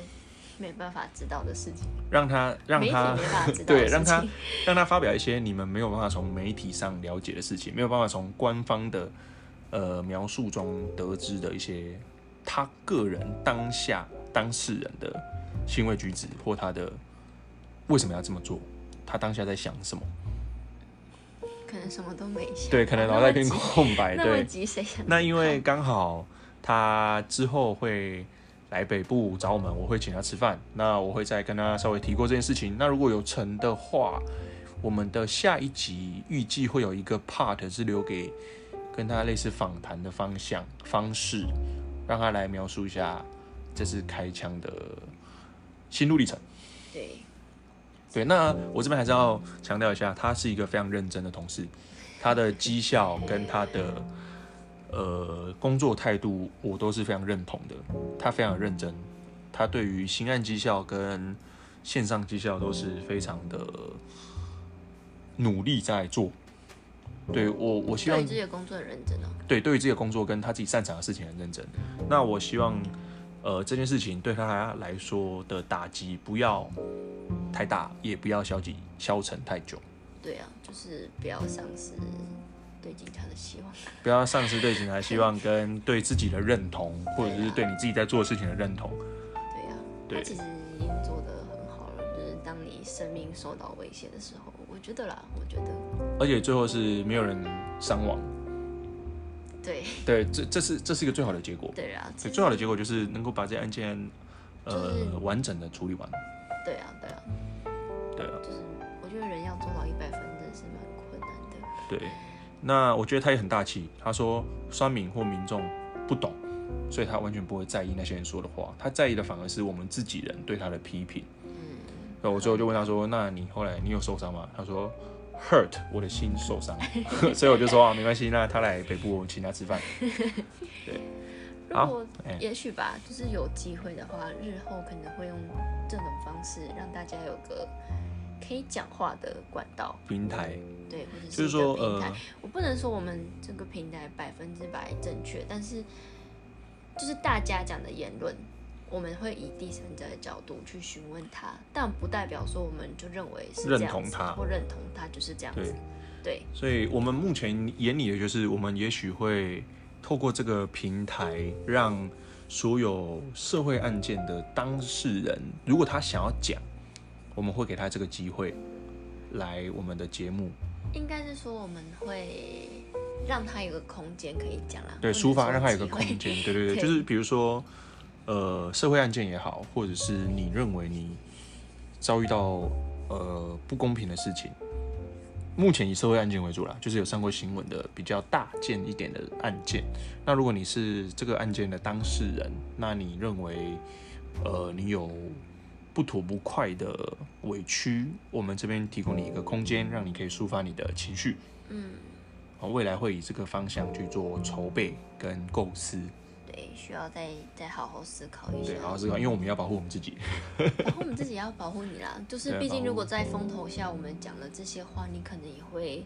B: 没办法知道的事情，
A: 让他让
B: 媒体
A: 他
B: 没办法知道的
A: 对
B: 事
A: 让他
B: 情
A: 让他发表一些你们没有办法从媒体上了解的事情，没有办法从官方的呃描述中得知的一些他个人当下当事人的行为举止或他的为什么要这么做，他当下在想什么？
B: 可能什么都没想。
A: 对，可能脑袋一片空白。
B: 那么
A: 对，
B: 急，谁想？
A: 那因为刚好他之后会来北部找我们，我会请他吃饭。那我会再跟他稍微提过这件事情。那如果有成的话，我们的下一集预计会有一个 part 是留给跟他类似访谈的方向方式，让他来描述一下这次开枪的心路历程。
B: 对，
A: 对，那我这边还是要强调一下，他是一个非常认真的同事，他的绩效跟他的呃工作态度，我都是非常认同的。他非常认真，他对于新案绩效跟线上绩效都是非常的努力在做。对我，我希
B: 对
A: 望
B: 自己的工作很认真哦。
A: 对，对于自己的工作跟他自己擅长的事情很认真。那我希望，呃，这件事情对他来说的打击不要太大，也不要消极消沉太久，
B: 对啊，就是不要丧失对警察的希望。
A: 不要丧失对警察希望跟对自己的认同，或者是对你自己在做的事情的认同。
B: 对啊，
A: 对
B: 他其实已经做得很好了。就是当你生命受到威胁的时候，我觉得啦，我觉得
A: 而且最后是没有人伤亡，
B: 对
A: 对，这这是这是一个最好的结果。
B: 对啊，
A: 对，最好的结果就是能够把这案件，
B: 就
A: 呃，完整的处理完。
B: 对啊对啊，
A: 对啊。
B: 就是我觉得人要做到一百分真的是蛮困难的。
A: 对，那我觉得他也很大气，他说酸民或民众不懂，所以他完全不会在意那些人说的话，他在意的反而是我们自己人对他的批评。
B: 嗯，
A: 那我最后就问他说：“那你后来你有受伤吗？”他说：“hurt，我的心受伤。” 所以我就说啊，没关系，那他来北部，我请他吃饭。好
B: 如果
A: 哎
B: 也许吧，就是有机会的话，日后可能会用这种方式让大家有个可以讲话的管道，
A: 平台
B: 对，或者
A: 就是是
B: 一个
A: 说，
B: 平台
A: 呃。，
B: 我不能说我们这个平台百分之百正确，但是就是大家讲的言论，我们会以第三者的角度去询问他，但不代表说我们就认为是
A: 认
B: 这样
A: 同
B: 子
A: 他
B: 或认同他就是这样子。对，
A: 所以我们目前眼里的就是，我们也许会透过这个平台，让所有社会案件的当事人，如果他想要讲，我们会给他这个机会，来我们的节目，
B: 应该是说我们会让他有个空间可以讲啦，
A: 对，
B: 不能
A: 抒发
B: 说
A: 让他有个
B: 机
A: 空
B: 会
A: 间，对 对对，
B: 对
A: 就是比如说，呃，社会案件也好，或者是你认为你遭遇到呃不公平的事情。目前以社会案件为主啦，就是有上过新闻的比较大件一点的案件。那如果你是这个案件的当事人，那你认为，呃，你有不吐不快的委屈，我们这边提供你一个空间，让你可以抒发你的情绪。嗯，未来会以这个方向去做筹备跟构思，
B: 对，需要再再好好思考一下
A: 对，。好好思考，因为我们要保护我们自己。
B: 然后我们自己也要保护你啦，就是
A: 对啊
B: 毕竟
A: 保护
B: 如果在风头下我们讲了这些话，你可能也会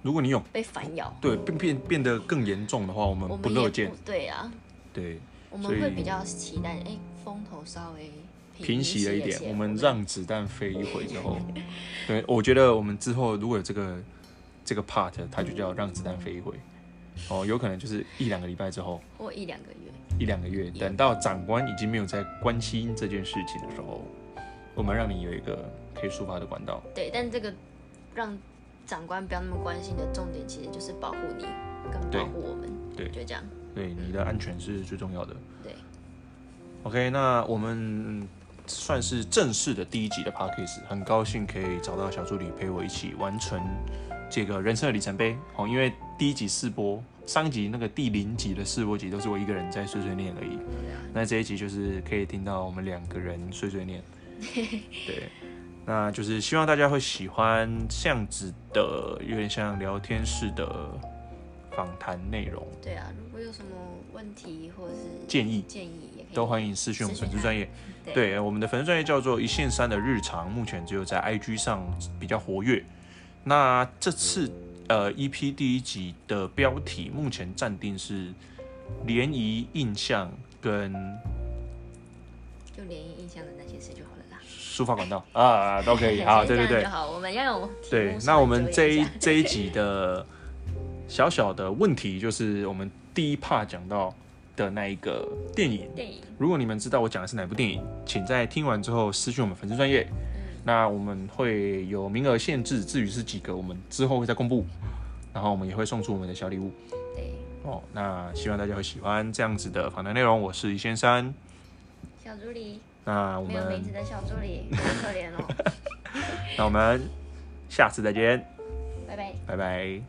A: 如果你有
B: 被反咬。
A: 对变变变得更严重的话，我们
B: 我
A: 不
B: 们也
A: 乐见
B: 不。对啊，
A: 对，
B: 我们
A: 所以
B: 会比较期待，哎，风头稍微
A: 平息
B: 息
A: 了一
B: 一
A: 点，
B: 些
A: 我们让子弹飞一回之 后，对，我觉得我们之后如果有这个这个 part，它就叫让子弹飞一回。哦，有可能就是一两个礼拜之后，
B: 或一两个月，
A: 一两个月，等到长官已经没有在关心这件事情的时候，我们让你有一个可以抒发的管道。
B: 对，但这个让长官不要那么关心的重点，其实就是保护你，跟
A: 对
B: 保护我们，
A: 对
B: 就这样，
A: 对，你的安全是最重要的。
B: 对，
A: OK，那我们算是正式的第一集的 p a c k a g e 很高兴可以找到小助理陪我一起完成这个人生的里程碑。哦，因为第一集试播，上一集那个第零集的试播集都是我一个人在碎碎念而已。
B: 对啊，
A: 那这一集就是可以听到我们两个人碎碎念。对，那就是希望大家会喜欢这样子的，有点像聊天式的访谈内容
B: 对啊，如果有什么问题或者是
A: 建议。
B: 建议，也可以
A: 都欢迎私讯我们粉丝专业。
B: 对
A: 对，我们的粉丝专业叫做一线三的日常，目前只有在 IG 上比较活跃。那这次呃 EP 第一集的标题目前暂定是联谊印象跟
B: 就联谊印象的那些事就好了啦。
A: 抒发管道啊，都可以。 好，对对
B: 这样
A: 对
B: 就好。我们要有题目
A: 对。
B: 所以
A: 那我们
B: 就
A: 这
B: 有
A: 一
B: 讲
A: 这一集的小小的问题就是，我们第一 part 讲到的那一个电影，
B: 电影，
A: 如果你们知道我讲的是哪部电影，请在听完之后私讯我们粉丝专业。
B: 嗯
A: 那我们会有名额限制，至于是几个，我们之后会再公布。然后我们也会送出我们的小礼物
B: 对，
A: 哦。那希望大家会喜欢这样子的访谈内容。我是一先生，
B: 小助理
A: 那我
B: 没有名字
A: 们
B: 的小 助理，好可怜哦。
A: 那我们下次再见，
B: 拜拜。
A: 拜拜。